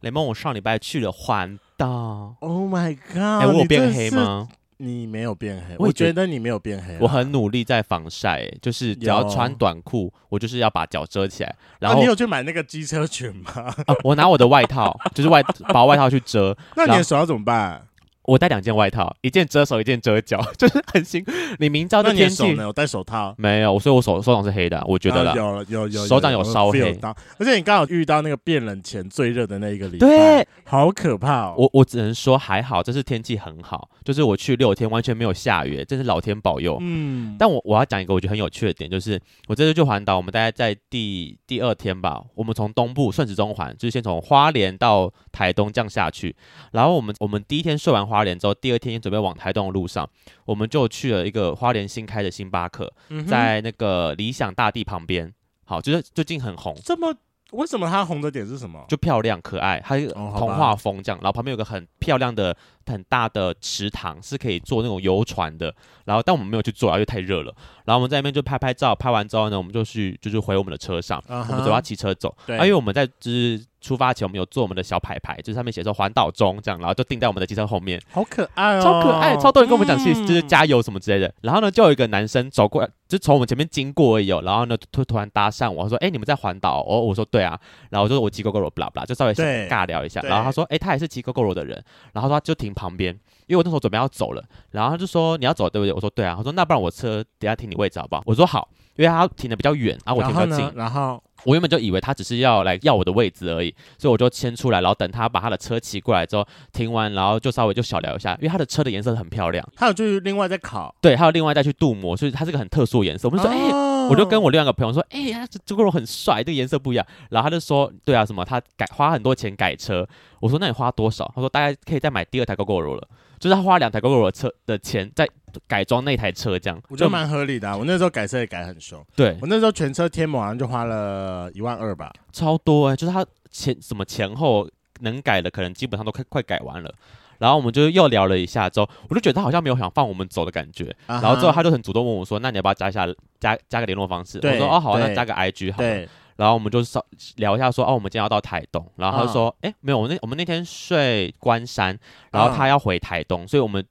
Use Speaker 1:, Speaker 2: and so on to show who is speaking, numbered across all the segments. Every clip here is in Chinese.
Speaker 1: 雷蒙，我上礼拜去了环岛，
Speaker 2: Oh my
Speaker 1: 哎、
Speaker 2: god！
Speaker 1: 我有
Speaker 2: 你真
Speaker 1: 变
Speaker 2: 的
Speaker 1: 黑
Speaker 2: 是？
Speaker 1: 吗？
Speaker 2: 你没有变黑，
Speaker 1: 我
Speaker 2: 我
Speaker 1: 也觉
Speaker 2: 觉得你没有变黑啦。
Speaker 1: 我很努力在防晒、哎就是只要
Speaker 2: 有
Speaker 1: 穿短裤，我就是要把脚遮起来，
Speaker 2: 那
Speaker 1: 然后
Speaker 2: 你、有去买那个机车裙吗？
Speaker 1: 啊我拿我的外套， 就是外把外套去遮，
Speaker 2: 那
Speaker 1: 然
Speaker 2: 你
Speaker 1: 后
Speaker 2: 的手要怎么办？
Speaker 1: 我带两件外套，一件遮手，一件遮脚， 就是很辛苦。你明知道
Speaker 2: 那
Speaker 1: 这
Speaker 2: 你的
Speaker 1: 天
Speaker 2: 手
Speaker 1: 气
Speaker 2: 呢？有戴手套？
Speaker 1: 没有，所以我手手掌是黑的，我觉得
Speaker 2: 啊
Speaker 1: 啦。
Speaker 2: 有了有有
Speaker 1: 手掌有烧黑
Speaker 2: 有 feel 到而且你刚好遇到那个变冷前最热的那一个礼拜，
Speaker 1: 对，
Speaker 2: 好可怕哦！
Speaker 1: 我我只能说还好，这次天气很好，就是我去六天完全没有下雨，真是老天保佑。
Speaker 2: 嗯，
Speaker 1: 但我我要讲一个我觉得很有趣的点，就是我这次去环岛，我们大概在第第二天吧，我们从东部顺时钟环，就是先从花莲到台东这样下去，然后我们我们第一天睡完花莲之后，第二天准备往台东的路上，我们就去了一个花莲新开的星巴克，
Speaker 2: 嗯哼
Speaker 1: 在那个理想大地旁边，好，就是最近很红。
Speaker 2: 这么为什么它红的点是什么？
Speaker 1: 就漂亮可爱，还有
Speaker 2: 哦好吧
Speaker 1: 童话风这样，然后旁边有个很漂亮的、很大的池塘，是可以坐那种游船的。然后但我们没有去坐啊，因为太热了。然后我们在那边就拍拍照，拍完之后呢，我们就去就是回我们的车上，
Speaker 2: 啊哈
Speaker 1: 我们准备要骑车走。
Speaker 2: 对
Speaker 1: 啊，因为我们在就是出发前，我们有做我们的小牌牌，就是上面写说环岛中这样，然后就定在我们的机车后面，
Speaker 2: 好可爱哦，
Speaker 1: 超可爱，超多人跟我们讲去
Speaker 2: 嗯
Speaker 1: 就是加油什么之类的。然后呢，就有一个男生走过来，就从我们前面经过而已哦、然后呢，突突然搭讪我，他说：“哎、你们在环岛哦？”我我说：“对啊。”然后我就说：“我骑 GoGo 罗，不啦不啦，就稍微想
Speaker 2: 对
Speaker 1: 尬聊一下。”
Speaker 2: 对
Speaker 1: 然后他说：“哎、他也是骑 GoGo 罗的人。”然后他就停旁边，因为我那时候准备要走了，然后他就说：“你要走对不对？”我说：“对啊。”他说：“那不然我车等一下停你位置好不好？”我说：“好。”因为他停的比较远，然后我停
Speaker 2: 然
Speaker 1: 比较
Speaker 2: 后
Speaker 1: 近
Speaker 2: 呢，，然后
Speaker 1: 我原本就以为他只是要来要我的位置而已，所以我就先出来，然后等他把他的车骑过来之后停完，然后就稍微就小聊一下，因为他的车的颜色很漂亮，
Speaker 2: 他有去另外再烤。
Speaker 1: 对，还有另外再去镀膜，所以它是个很特殊的颜色。我们就说，哎、
Speaker 2: 哦
Speaker 1: 我就跟我另外一个朋友说，哎、呀，这这个人很帅，这个颜色不一样。然后他就说，对啊，什么他改花很多钱改车。我说那你花多少？他说大概可以再买第二台 GoGo 了，就是他花两台 GoGo 的车的钱在改装那台车这样。
Speaker 2: 我觉得蛮合理的啊、我那时候改车也改很凶，
Speaker 1: 对，
Speaker 2: 我那时候全车贴膜好像就花了一万二吧。
Speaker 1: 超多哎、就是他前什么前后能改的，可能基本上都快快改完了。然后我们就又聊了一下之后，我就觉得他好像没有想放我们走的感觉。
Speaker 2: 然
Speaker 1: 然后之后他就很主动问我说：“那你要不要加一下加加个联络方式？”我
Speaker 2: 对
Speaker 1: 说：“哦，好啊，
Speaker 2: 对
Speaker 1: 那加个 IG 好了。
Speaker 2: 对，
Speaker 1: 然后我们就稍聊一下说：“哦，我们今天要到台东。”然后他就说：“哎、没有，我那我们那天睡关山，然后他要回台东，所以我们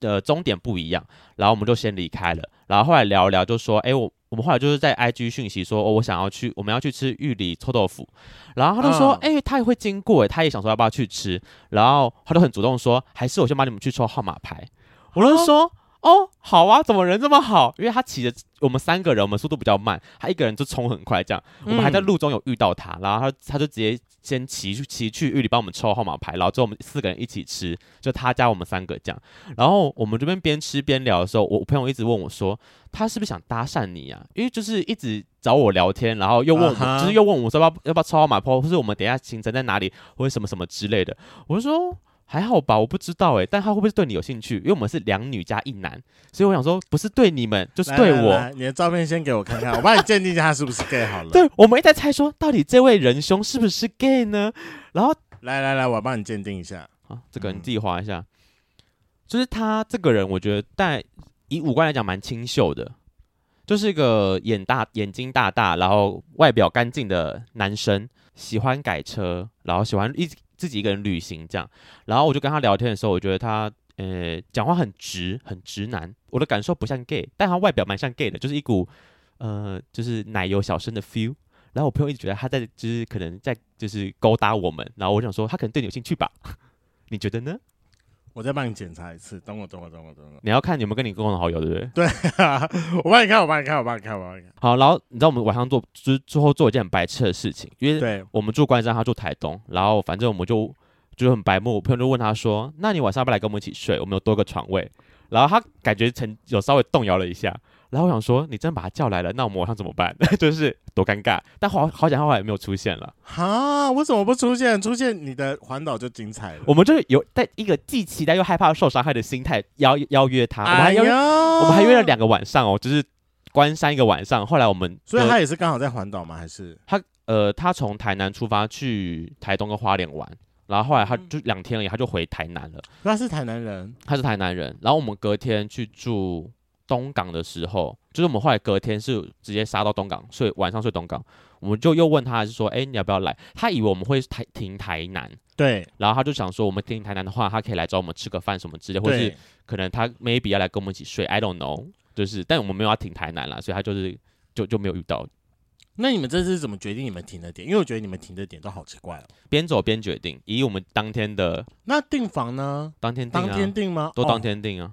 Speaker 1: 呃终点不一样。”然后我们就先离开了。然后后来聊一聊，就说：“哎，我我们后来就是在 IG 讯息说，哦，我想要去，我们要去吃玉里臭豆腐。”然后他就说：“哎、他也会经过，他也想说要不要去吃。”然后他就很主动说：“还是我先帮你们去抽号码牌。”我就说。哦，好啊，怎么人这么好？因为他骑着我们三个人，我们速度比较慢，他一个人就冲很快，这样我们还在
Speaker 2: 嗯
Speaker 1: 路中有遇到他，然后他他就直接先骑去骑去玉里帮我们抽号码牌，然后之后我们四个人一起吃，就他加我们三个这样。然后我们这边边吃边聊的时候，我我朋友一直问我说，他是不是想搭讪你啊？因为就是一直找我聊天，然后又问我
Speaker 2: 啊哈
Speaker 1: 就是又问我说要不要要不要抽号码牌，或是我们等一下行程在哪里，或者什么什么之类的。我就说。哦还好吧，我不知道哎，但他会不会对你有兴趣？因为我们是两女加一男，所以我想说，不是对你们，就是
Speaker 2: 来
Speaker 1: 对
Speaker 2: 来
Speaker 1: 我。
Speaker 2: 来你的照片先给我看看，我帮你鉴定一下他是不是 gay 好了。
Speaker 1: 对，我们一直在猜说，到底这位仁兄是不是 gay 呢？然后
Speaker 2: 来来来，我帮你鉴定一下。
Speaker 1: 啊，这个你
Speaker 2: 嗯
Speaker 1: 自己划一下，就是他这个人，我觉得但以五官来讲蛮清秀的，就是一个眼大眼睛大大，然后外表干净的男生，喜欢改车，然后喜欢一自己一个人旅行这样。然后我就跟他聊天的时候，我觉得他。呃，讲话很直，很直男。我的感受不像 gay，但他外表蛮像 gay 的，就是一股呃，就是奶油小生的 feel。然后我朋友一直觉得他在，就是可能在，就是勾搭我们。然后我想说，他可能对你有兴趣吧？你觉得呢？
Speaker 2: 我再帮你检查一次，等我，等我，等我，等我。
Speaker 1: 你要看有没有跟你共同好友，对不对？
Speaker 2: 我帮你看，我帮你看，我帮你看，我帮你看。
Speaker 1: 好，然后你知道我们晚上做，就是最后做一件很白痴的事情，因为
Speaker 2: 对，
Speaker 1: 我们住关山，他住台东，然后反正我们就就很白目。我朋友就问他说：“那你晚上要不要来跟我们一起睡？我们有多个床位。”然后他感觉成有稍微动摇了一下，然后我想说，你真把他叫来了，那我们晚上怎么办？ 就是多尴尬。但好好讲，后来也没有出现了。
Speaker 2: 哈，为什么不出现？出现你的环岛就精彩了。
Speaker 1: 我们就是有带一个既期待又害怕受伤害的心态邀邀约他，我们还
Speaker 2: 哎
Speaker 1: 邀约、
Speaker 2: 呀，
Speaker 1: 我
Speaker 2: 我
Speaker 1: 们还约了，两个晚上哦，就是关山一个晚上。后来我们
Speaker 2: 所以
Speaker 1: 就
Speaker 2: 他也是刚好在环岛吗？还是
Speaker 1: 呃，他从台南出发去台东跟花莲玩，然后后来他
Speaker 3: 嗯
Speaker 1: 就两天而已，他就回台南了。
Speaker 2: 他是台南人？
Speaker 1: 他是台南人，然后我们隔天去住东港的时候，就是我们后来隔天是直接杀到东港睡，晚上睡东港，我们就又问他是说，哎、你要不要来？他以为我们会台停台南，
Speaker 2: 对，
Speaker 1: 然后他就想说，我们停台南的话，他可以来找我们吃个饭什么之类，或是
Speaker 2: 对，
Speaker 1: 可能他 maybe 要来跟我们一起睡，I don't know，就是，但我们没有要停台南啦，所以他就是就就没有遇到，
Speaker 2: 那你们这次怎么决定你们停的点？因为我觉得你们停的点都好奇怪哦。
Speaker 1: 边走边决定，以我们当天的
Speaker 2: 那订房呢？
Speaker 1: 当天定
Speaker 2: 当
Speaker 1: 啊，
Speaker 2: 天订吗？
Speaker 1: 都
Speaker 2: 哦
Speaker 1: 当，天哎定啊，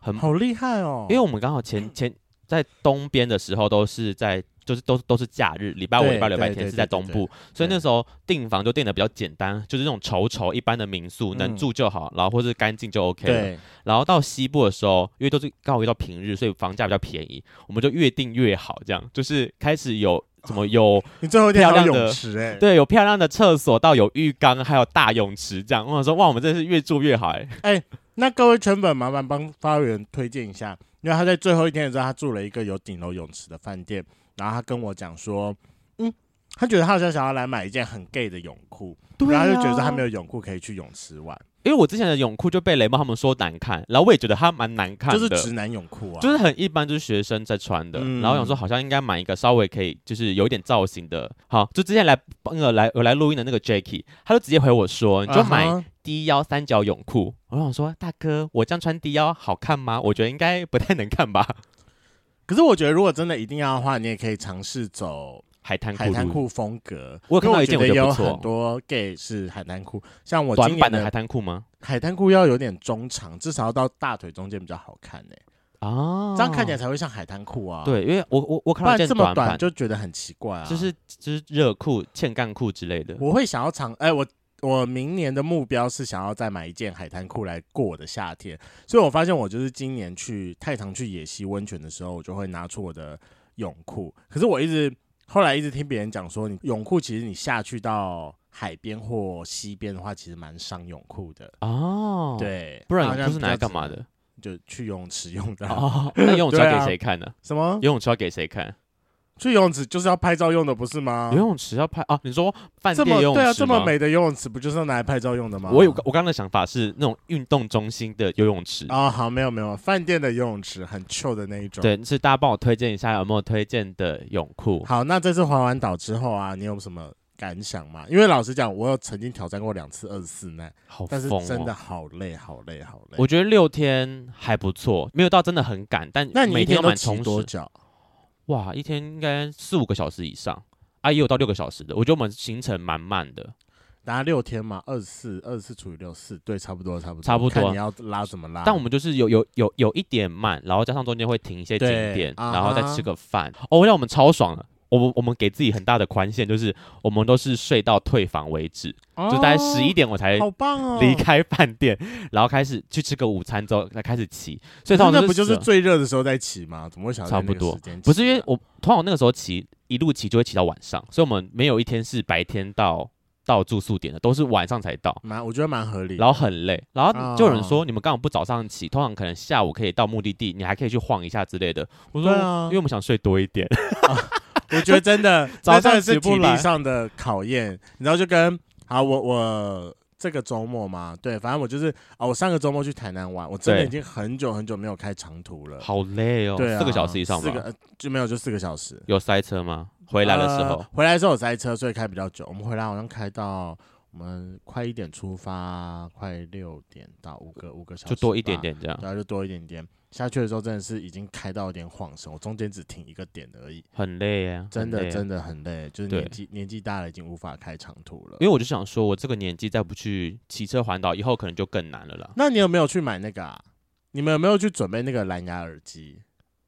Speaker 1: 很
Speaker 2: 好厉害哦。
Speaker 1: 因为我们刚好前前在东边的时候都是在就是都都是假日，礼拜五、
Speaker 2: 对
Speaker 1: 礼拜六、礼拜
Speaker 2: 对
Speaker 1: 天
Speaker 2: 对
Speaker 1: 是在
Speaker 2: 对对
Speaker 1: 东
Speaker 2: 对
Speaker 1: 部，所以
Speaker 2: 对
Speaker 1: 那时候订房就订的比较简单，就是那种稠稠一般的民宿，能
Speaker 2: 嗯
Speaker 1: 住就好，然后或是干净就 OK 了。
Speaker 2: 对，
Speaker 1: 然后到西部的时候，因为都是刚好遇到平日，所以房价比较便宜，我们就越订越好，这样就是开始有什
Speaker 2: 哦
Speaker 1: 么有
Speaker 2: 你最后一天还
Speaker 1: 漂
Speaker 2: 有
Speaker 1: 亮的
Speaker 2: 泳池哎、
Speaker 1: 对有漂亮的厕所，到有浴缸，还有大泳池这样。我想说哇，我们真的是越住越好哎、
Speaker 2: 那各位全本麻烦帮发源推荐一下，因为他在最后一天的时候，他住了一个有顶楼泳池的饭店，然后他跟我讲说，嗯，他觉得他好像想要来买一件很 gay 的泳裤，然
Speaker 1: 啊
Speaker 2: 后他就觉得他没有泳裤可以去泳池玩，
Speaker 1: 因为我之前的泳裤就被雷梦他们说难看，然后我也觉得它蛮难看
Speaker 2: 就
Speaker 1: 的，
Speaker 2: 是直男泳裤啊，
Speaker 1: 就是很一般，就是学生在穿的。
Speaker 2: 嗯
Speaker 1: 然后想说，好像应该买一个稍微可以，就是有一点造型的。好，就之前来那个来我来录音的那个 Jacky，他就直接回我说，你就买
Speaker 2: 啊哈
Speaker 1: 低腰三角泳裤。我想说，大哥，我这样穿低腰好看吗？我觉得应该不太能看 吧。
Speaker 2: 可是我觉得如果真的一定要的话，你也可以尝试走
Speaker 1: 海滩裤，
Speaker 2: 海滩，裤风格，
Speaker 1: 我有看
Speaker 2: 因为
Speaker 1: 到一
Speaker 2: 我
Speaker 1: 件
Speaker 2: 觉得也有
Speaker 1: 我觉得不错
Speaker 2: 很多 gay 是海滩裤，像我今
Speaker 1: 短
Speaker 2: 年
Speaker 1: 版
Speaker 2: 的
Speaker 1: 的海滩裤吗？
Speaker 2: 海滩裤要有点中长，至少要到大腿中间比较好看哎、
Speaker 1: 啊，
Speaker 2: 这样看起来才会像海滩裤啊。。
Speaker 1: 对，因为我我我看
Speaker 2: 不
Speaker 1: 到一
Speaker 2: 然
Speaker 1: 件
Speaker 2: 这么
Speaker 1: 版，
Speaker 2: 短就觉得很奇怪啊。
Speaker 1: 就是就是热裤、欠干裤之类的。
Speaker 2: 我会想要长，哎、我我明年的目标是想要再买一件海滩裤来过我的夏天，所以我发现我就是今年去太常去野溪温泉的时候，我就会拿出我的泳裤。可是我一直后来一直听别人讲说，你泳裤其实你下去到海边或溪边的话，其实蛮伤泳裤的。
Speaker 1: 哦，，
Speaker 2: 对，
Speaker 1: 不然
Speaker 2: 好
Speaker 1: 泳
Speaker 2: 像
Speaker 1: 裤是拿来
Speaker 2: 比较
Speaker 1: 干嘛的？
Speaker 2: 就去游泳池用的啊、
Speaker 1: 哦，那游泳池
Speaker 2: 对
Speaker 1: 要
Speaker 2: 啊
Speaker 1: 给谁看呢？
Speaker 2: 什么？
Speaker 1: 游泳池要给谁看？
Speaker 2: 去游泳池就是要拍照用的，不是吗
Speaker 1: 游？泳池要拍啊？你说饭
Speaker 2: 这
Speaker 1: 店
Speaker 2: 么
Speaker 1: 游泳池
Speaker 2: 对啊，
Speaker 1: 吗
Speaker 2: 这么。美啊的游泳池不就是要拿来拍照用的吗？
Speaker 1: 我有我刚刚的想法是那种运动中心的游泳池，
Speaker 2: 哦，好，没有没有，饭店的游泳池很旧的那一种。，
Speaker 1: 对，是大家帮我推荐一下有没有推荐的泳裤？
Speaker 2: 好，那这次环完岛之后啊，你有什么感想吗？因为老实讲，我有曾经挑战过两次二十四难，
Speaker 1: 好
Speaker 2: 但是
Speaker 1: 疯哦！
Speaker 2: 真的好累，好累，好累。
Speaker 1: 我觉得六天还不错，没有到真的很赶，但
Speaker 2: 那你
Speaker 1: 每
Speaker 2: 一天
Speaker 1: 都
Speaker 2: 都
Speaker 1: 蛮
Speaker 2: 骑
Speaker 1: 充
Speaker 2: 多
Speaker 1: 实。
Speaker 2: 久？
Speaker 1: 哇，一天应该四五个小时以上啊，也有到六个小时的。我觉得我们行程蛮慢的，
Speaker 2: 大概六天嘛，二十四，二十四除以六四，对，差不多，差不多，
Speaker 1: 差不多
Speaker 2: 看你要拉怎么拉？
Speaker 1: 但我们就是有有有有一点慢，然后加上中间会停一些景
Speaker 2: 对
Speaker 1: 点，
Speaker 2: 啊
Speaker 1: 然后再
Speaker 2: 哈
Speaker 1: 吃个饭。哦，让我们超爽了。我们我们给自己很大的宽限，就是我们都是睡到退房为止。
Speaker 2: 哦
Speaker 1: 就大概十一，点我才
Speaker 2: 好棒哦！
Speaker 1: 离开饭店，然后开始去吃个午餐之后再开始骑，所以通
Speaker 2: 那
Speaker 1: 常
Speaker 2: 不就是是
Speaker 1: 12
Speaker 2: 最热的时候在骑吗？怎么会想到
Speaker 1: 差
Speaker 2: 在
Speaker 1: 不
Speaker 2: 那个
Speaker 1: 多
Speaker 2: 时间骑
Speaker 1: 不
Speaker 2: 啊？
Speaker 1: 是因为我通常那个时候骑一路骑就会骑到晚上，所以我们没有一天是白天到到住宿点的，都是晚上才到。
Speaker 2: 蛮，我觉得蛮合理的。
Speaker 1: 然后很累，然后就有人说、
Speaker 2: 哦
Speaker 1: 你们刚好不早上起，通常可能下午可以到目的地，你还可以去晃一下之类的。我说，
Speaker 2: 对啊
Speaker 1: 因为我们想睡多一 点，，
Speaker 2: 我觉得真的
Speaker 1: 早上
Speaker 2: 那真的
Speaker 1: 起
Speaker 2: 是
Speaker 1: 不
Speaker 2: 体
Speaker 1: 来
Speaker 2: 力上的考验，然后就跟啊，我我这个周末嘛，对，反正我就是啊，我上个周末去台南玩，我真的
Speaker 1: 对
Speaker 2: 已经很久很久没有开长途了，
Speaker 1: 好累哦，
Speaker 2: 对啊，
Speaker 1: 四个小时以上
Speaker 2: 四个
Speaker 1: 吧。
Speaker 2: 呃就没有就四个小时。
Speaker 1: 有塞车吗？回来的时候，
Speaker 2: 呃回来的时候有塞车，所以开比较久。我们回来好像开到我们快一点出发，快六点到五个五个小时，
Speaker 1: 就多一点，点这样，
Speaker 2: 对啊，就多一点点。下去的时候真的是已经开到有点晃神，我中间只停一个点而已。
Speaker 1: 很累啊，
Speaker 2: 真
Speaker 1: 很
Speaker 2: 的
Speaker 1: 累啊
Speaker 2: 真的很累，就是
Speaker 1: 对
Speaker 2: 年纪年纪大了，已经无法开长途了
Speaker 1: 因。为我就想说，我这个年纪再不去骑车环岛，以后可能就更难了啦。
Speaker 2: 那你有没有去买那个啊？你们有没有去准备那个蓝牙耳机，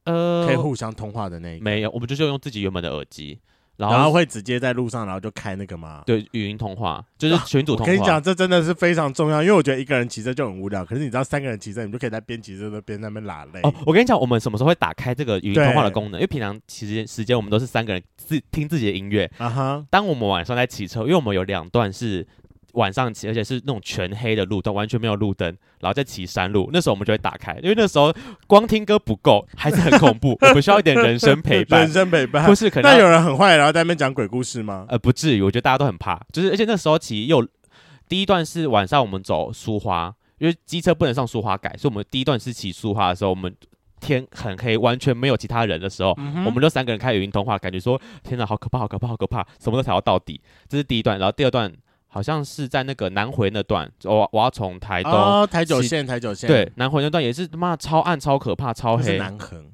Speaker 1: 呃
Speaker 2: 可以互相通话的那一个？
Speaker 1: 没有，我们就是用自己原本的耳机，然
Speaker 2: 然后
Speaker 1: 后
Speaker 2: 会直接在路上，然后就开那个吗？
Speaker 1: 对语音通话，就是群主
Speaker 2: 啊我
Speaker 1: 通
Speaker 2: 跟你
Speaker 1: 话
Speaker 2: 讲，。这真的是非常重要，因为我觉得一个人骑车就很无聊，可是你知道三个人骑车，你就可以在边骑车边在那边拉累。
Speaker 1: 哦，我跟你讲，我们什么时候会打开这个语音通话的
Speaker 2: 对
Speaker 1: 功能？因为平常其实时间我们都是三个人自听自己的音乐，
Speaker 2: 啊哈，
Speaker 1: 当我们晚上在骑车，因为我们有两段是晚上骑，而且是那种全黑的路段，完全没有路灯，然后再骑山路。那时候我们就会打开，因为那时候光听歌不够，还是很恐怖，我们需要一点人声陪
Speaker 2: 人
Speaker 1: 伴，
Speaker 2: 生陪伴
Speaker 1: 或。是可能
Speaker 2: 那
Speaker 1: 要
Speaker 2: 有人很坏，然后在那边讲鬼故事吗？
Speaker 1: 呃不至于，我觉得大家都很怕，就是而且那时候骑又第一段是晚上我们走苏花，因为机车不能上苏花改，所以我们第一段是骑苏花的时候，我们。天很黑，完全没有其他人的时候，
Speaker 2: 嗯
Speaker 1: 嗯
Speaker 2: 哦
Speaker 1: 我们就三个人开语音通话，感觉说天哪，好可怕，好可怕，好可怕，什么都踩到到底。这是第一段，然后第二段好像是在那个南回那段，我我要从台东、
Speaker 2: 哦，台九线，台九线，
Speaker 1: 对，南回那段也是他妈超暗、超可怕、超
Speaker 2: 不是
Speaker 1: 黑
Speaker 2: 南横。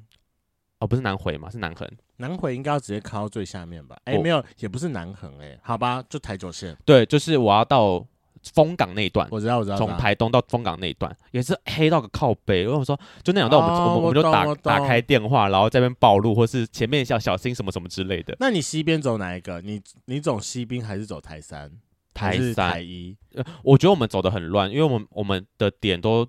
Speaker 1: 哦，不是南回嘛，是南横。
Speaker 2: 南回应该要直接靠到最下面吧？哎、
Speaker 1: 我
Speaker 2: 没有，也不是南横哎、好吧，就台九线。
Speaker 1: 对，就是我要到丰港那一段，
Speaker 2: 我知道，我知道。
Speaker 1: 从
Speaker 2: 我知道
Speaker 1: 台东到丰港那一段也是黑到个靠背。我想说，就那两段我们、
Speaker 2: 哦
Speaker 1: 我们
Speaker 2: 我
Speaker 1: 们就
Speaker 2: 懂
Speaker 1: 打
Speaker 2: 我懂
Speaker 1: 打开电话，然后这边暴露，或是前面小小心什么什么之类的。
Speaker 2: 那你西边走哪一个？你你走西滨还是走台山？还
Speaker 1: 台
Speaker 2: 是
Speaker 1: 山
Speaker 2: 台一？
Speaker 1: 呃，我觉得我们走的很乱，因为我们我们的点都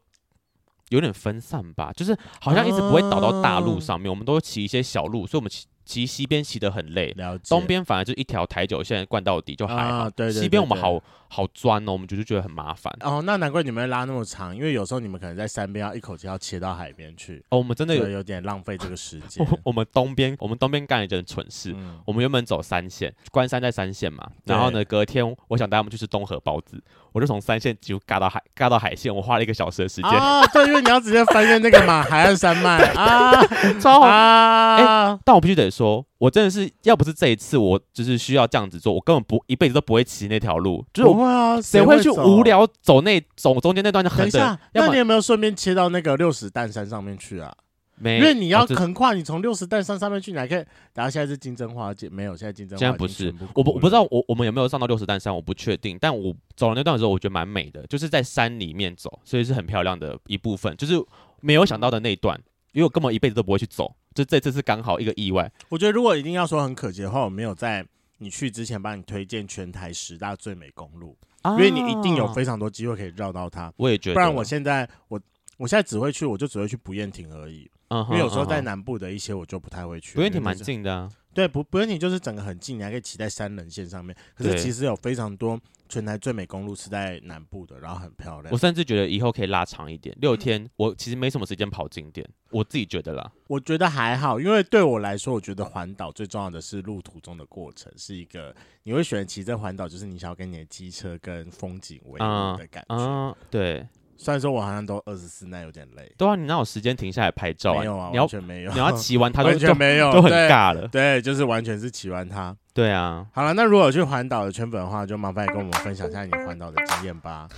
Speaker 1: 有点分散吧，就是好像一直不会导到大
Speaker 2: 啊
Speaker 1: 路上面，我们都骑一些小路，所以我们骑骑西边骑得很累，
Speaker 2: 了解。
Speaker 1: 东边反而就一条台九线灌到底就还好，
Speaker 2: 啊对对
Speaker 1: 西边我们
Speaker 2: 对
Speaker 1: 好好钻哦，我们就就觉得很麻烦。
Speaker 2: 哦，那难怪你们会拉那么长，因为有时候你们可能在山边要一口气要切到海边去，
Speaker 1: 哦，我们真的
Speaker 2: 对，
Speaker 1: 有，
Speaker 2: 有点浪费这个时 间。
Speaker 1: 我我们东边我们东边干了一件蠢事。
Speaker 2: 嗯，
Speaker 1: 我们原本走三线，关山在三线嘛，然后呢，隔天我想带他们去吃东河包子，我就从三线几乎尬到海，尬到海线，我花了一个小时的时间，
Speaker 2: 啊，对，因为你要直接翻越那个嘛海岸 山脉啊
Speaker 1: 超好
Speaker 2: 啊！
Speaker 1: 但我必须得说，我真的是要不是这一次，我就是需要这样子做，我根本不一辈子都不会骑那条路。就是
Speaker 2: 不
Speaker 1: 我
Speaker 2: 会啊，
Speaker 1: 谁
Speaker 2: 会
Speaker 1: 会去
Speaker 2: 走
Speaker 1: 无？聊走那走中间那段就
Speaker 2: 等
Speaker 1: 横
Speaker 2: 一
Speaker 1: 着
Speaker 2: 下？，
Speaker 1: 要
Speaker 2: 那
Speaker 1: 么
Speaker 2: 你有没有顺便切到那个六十担山上面去啊？
Speaker 1: 没，
Speaker 2: 因为你要
Speaker 1: 哦这
Speaker 2: 横跨，你从六十担山上面去，你还可以。然后现在是金针花街，没有，现在金针花
Speaker 1: 现在不
Speaker 2: 已经
Speaker 1: 是
Speaker 2: 全部，
Speaker 1: 我不
Speaker 2: 枯
Speaker 1: 我不知
Speaker 2: 了
Speaker 1: 道我我们有没有上到六十担山，我不确定。但我走了那段的时候，我觉得蛮美的，就是在山里面走，所以是很漂亮的一部分，就是没有想到的那一段，因为我根本一辈子都不会去走，就这次是刚好一个意外。
Speaker 2: 我觉得如果一定要说很可惜的话，我没有在你去之前帮你推荐全台十大最美公路，因为你一定有
Speaker 1: 啊，
Speaker 2: 非常多机会可以绕到它。
Speaker 1: 我也觉
Speaker 2: 不
Speaker 1: 得，
Speaker 2: 然我现在我我现在只会去，我就只会去不厌亭而已。
Speaker 1: 嗯
Speaker 2: 因
Speaker 1: 哼
Speaker 2: 为有时候
Speaker 1: 嗯哼
Speaker 2: 在南部的一些我就不太会去。
Speaker 1: 不愿
Speaker 2: 因
Speaker 1: 挺
Speaker 2: 为
Speaker 1: 蛮
Speaker 2: 就是。
Speaker 1: 近的啊，
Speaker 2: 对，不不厌亭就是整个很近，你还可以骑在山棱线上面。可是
Speaker 1: 对
Speaker 2: 其实有非常多全台最美公路是在南部的，然后很漂亮
Speaker 1: 我。甚至觉得以后可以拉长一点，
Speaker 2: 嗯
Speaker 1: 六天。我其实没什么时间跑景点，我自己觉得啦。
Speaker 2: 我觉得还好，因为对我来说，我觉得环岛最重要的是路途中的过程，是一个你会选骑这环岛，就是你想要跟你的机车跟风景为伍的感觉。
Speaker 1: 啊，对，
Speaker 2: 虽然说我好像都二十四，那有点累，
Speaker 1: 对啊，你哪有时间停下来拍照
Speaker 2: 没有啊，
Speaker 1: 你要
Speaker 2: 完全没有，
Speaker 1: 你要骑完它都
Speaker 2: 完
Speaker 1: 就
Speaker 2: 全没有，
Speaker 1: 都很
Speaker 2: 对。
Speaker 1: 尬了。
Speaker 2: 对，就是完全是骑完它。
Speaker 1: 对啊，
Speaker 2: 好了，那如果有去环岛的圈粉的话，就麻烦你跟我们分享一下你环岛的经验吧。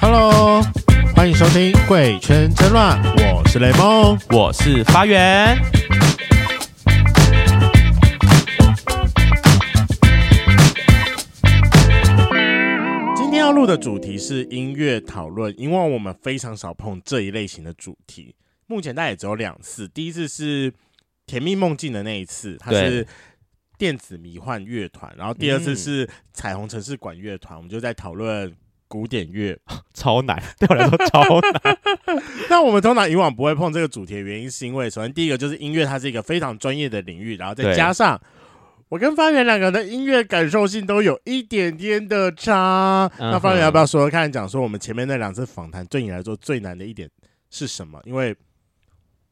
Speaker 2: Hello，欢迎收听《贵圈争乱》，我是雷梦。
Speaker 1: 我是发源。
Speaker 2: 今天要录的主题是音乐讨论，因为我们非常少碰这一类型的主题。目前大概也只有两次，第一次是《甜蜜梦境》的那一次，它是电子迷幻乐团，然后第二次
Speaker 1: 嗯
Speaker 2: 是彩虹城市管乐团，我们就在讨论古典乐。
Speaker 1: 超难， 对我来说超 难。
Speaker 2: 那我们通常以往不会碰这个主题的原因，是因为首先第一个就是音乐，它是一个非常专业的领域，然后再
Speaker 1: 对
Speaker 2: 加上我跟方圆两个人的音乐感受性都有一点点的差。
Speaker 1: 嗯
Speaker 2: 那方圆
Speaker 1: 哼
Speaker 2: 要不要说说看，讲说我们前面那两次访谈对你来说最难的一点是什么？因为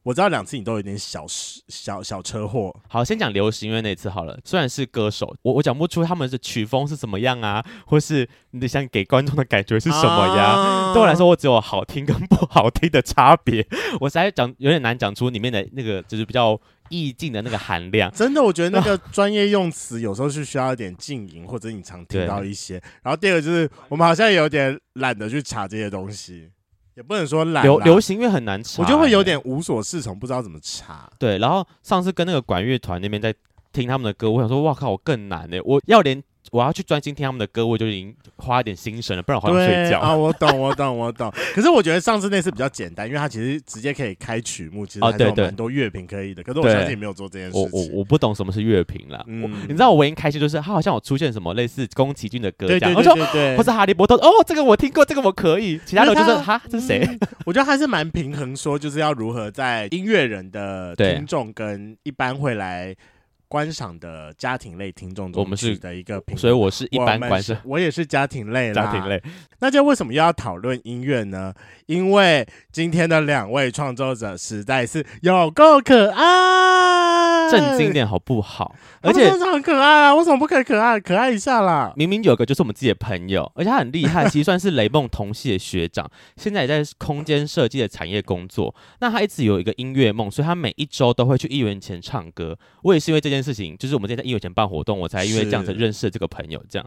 Speaker 2: 我知道两次你都有点小事小小车祸，
Speaker 1: 好，先讲流行乐那一次好了。虽然是歌手，我我讲不出他们的曲风是怎么样啊，或是你想给观众的感觉是什么呀？
Speaker 2: 啊
Speaker 1: 对我来，说，我只有好听跟不好听的差别， 我实在讲有点难讲出里面的那个就是比较意境的那个含量。
Speaker 2: 真的，我觉得那个专业用词有时候是需要一点静音，或者你常听
Speaker 1: 对
Speaker 2: 到一些。然后第二个就是，我们好像有点懒得去查这些东西，也不能说懒啦，
Speaker 1: 流流行乐很难查欸，
Speaker 2: 我就会有点无所适从，不知道怎么查。
Speaker 1: 对。然后上次跟那个管乐团那边在听他们的歌，我想说，哇靠，我更难呢、我要连我要去专心听他们的歌，我就已经花一点心神了，不然我好想睡
Speaker 2: 对
Speaker 1: 觉。
Speaker 2: 啊，我懂，我懂，我懂。 可是我觉得上次那次比较简单，因为它其实直接可以开曲目，其实
Speaker 1: 哦
Speaker 2: 还是有
Speaker 1: 对对
Speaker 2: 蛮多乐评可以的。可是我
Speaker 1: 对
Speaker 2: 相信你没有做这件
Speaker 1: 我
Speaker 2: 事
Speaker 1: 我
Speaker 2: 情。
Speaker 1: 我不懂什么是乐评啦，
Speaker 2: 嗯
Speaker 1: 我你知道我唯一开心就是他好像有出现什么类似宫崎骏的歌
Speaker 2: 对
Speaker 1: 这
Speaker 2: 对
Speaker 1: 样，
Speaker 2: 对
Speaker 1: 我说
Speaker 2: 对对，
Speaker 1: 或是哈利波特哦，这个我听过，这个我可以，其他的我就是
Speaker 2: 因为他
Speaker 1: 哈这是谁？
Speaker 2: 嗯我觉得还是蛮平衡，说就是要如何在音乐人的
Speaker 1: 对
Speaker 2: 听众跟一般会来观赏的家庭类听众中
Speaker 1: 我们是
Speaker 2: 取得一个平衡。
Speaker 1: 所以我是一
Speaker 2: 我
Speaker 1: 般
Speaker 2: 们
Speaker 1: 观
Speaker 2: 是
Speaker 1: 赏
Speaker 2: 我也是家庭类，
Speaker 1: 家庭。类，
Speaker 2: 那就为什么又要讨论音乐呢？因为今天的两位创作者实在是有够可爱，
Speaker 1: 正经点好不好？
Speaker 2: 他
Speaker 1: 而
Speaker 2: 们
Speaker 1: 且
Speaker 2: 真的很可爱啊！为什么不可以可爱可爱一下啦？
Speaker 1: 明明有个就是我们自己的朋友，而且他很厉害，其实算是雷梦同系的学长，现在也在空间设计的产业工作。那他一直有一个音乐梦，所以他每一周都会去一元前唱歌。我也是因为这件事情，就是我们之前在一元前办活动，我才因为这样子
Speaker 2: 是
Speaker 1: 认识了这个朋友。这样，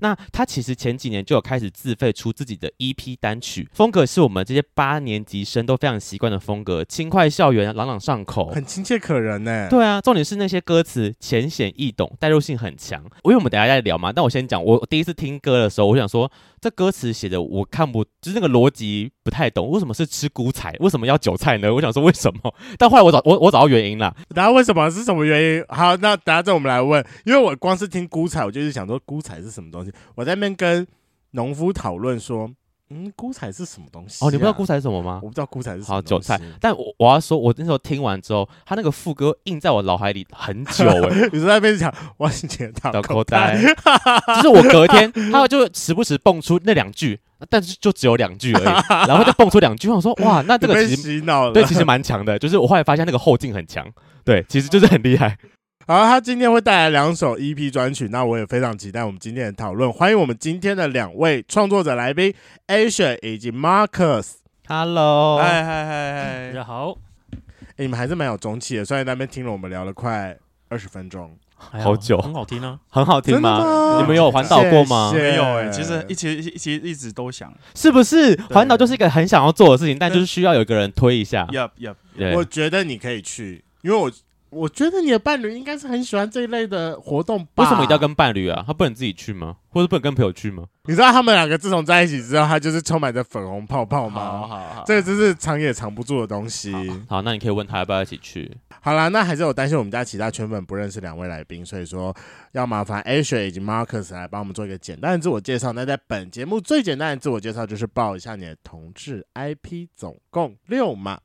Speaker 1: 那他其实前几年就有开始自费出自己的 EP 单曲，风格是我们这些八年级生都非常习惯的风格，轻快校园，朗朗上口，
Speaker 2: 很亲切可人呢、
Speaker 1: 对啊，重点是那些歌词浅显易懂，代入性很强。因为我们等一下再聊嘛，但我先讲，我第一次听歌的时候，我想说这歌词写的我看不，就是那个逻辑不太懂，为什么是吃菇菜，为什么要韭菜呢？我想说为什么？但后来我找我我找到原因啦，
Speaker 2: 大家为什么是什么原因？好，那等下再我们来问，因为我光是听菇彩，我就是想说菇彩是什么东西。我在那边跟农夫讨论说，嗯，菇彩是什么东西、
Speaker 1: 哦，你不知道菇菜
Speaker 2: 彩，
Speaker 1: 是什么吗
Speaker 2: 我？不知道菇彩是什么
Speaker 1: 好，
Speaker 2: 东
Speaker 1: 韭
Speaker 2: 西
Speaker 1: 菜。但我我要说，我那时候听完之后，他那个副歌印在我脑海里很久哎、
Speaker 2: 你在那边讲，我是觉得
Speaker 1: 的口 袋，就是我隔天，他就时不时蹦出那两句，但是就只有两句而已，然后就蹦出两句，我想说哇，那这个
Speaker 2: 这被
Speaker 1: 其实
Speaker 2: 洗脑了。
Speaker 1: 对，其实蛮强的，就是我后来发现那个后劲很强，对，其实就是很厉害。
Speaker 2: 好，他今天会带来两首 EP 专曲，那我也非常期待我们今天的讨论。欢迎我们今天的两位创作者来宾 Asia 以及 Marcus。
Speaker 1: Hello，
Speaker 4: 嗨嗨嗨
Speaker 5: 大
Speaker 4: 嗨，
Speaker 5: 家好，
Speaker 2: 哎诶你们还是蛮有中气的，虽然那边听了我们聊了快二十分钟，
Speaker 5: 好
Speaker 1: 好久
Speaker 5: 很好听啊。
Speaker 1: 很好听
Speaker 2: 真的
Speaker 1: 吗？
Speaker 2: 吗？
Speaker 1: 你们有环岛过吗？
Speaker 2: 谢谢
Speaker 4: 没有哎、其实一直一其实一直都想
Speaker 1: 是不是环岛就是一个很想要做的事情，但就是需要有一个人推一下。
Speaker 4: ，yup yup，
Speaker 1: 对
Speaker 2: 我，觉得你可以去，因为我我觉得你的伴侣应该是很喜欢这一类的活动吧？
Speaker 1: 为什么一定要？跟伴侣啊？他不能自己去吗？或者不能跟朋友去吗？
Speaker 2: 你知道他们两个自从在一起之后，他就是充满着粉红泡泡
Speaker 4: 好
Speaker 2: 吗？
Speaker 4: 好好，好
Speaker 2: 这个真是藏也藏不住的东西。
Speaker 1: 哦好，那你可以问他要不要一起去。
Speaker 2: 好啦，那还是有担心我们家其他圈粉不认识两位来宾，所以说要麻烦 Asia 以及 Marcus 来帮我们做一个简单的自我介绍。那在本节目最简单的自我介绍就是报一下你的同志 IP，总共六嘛。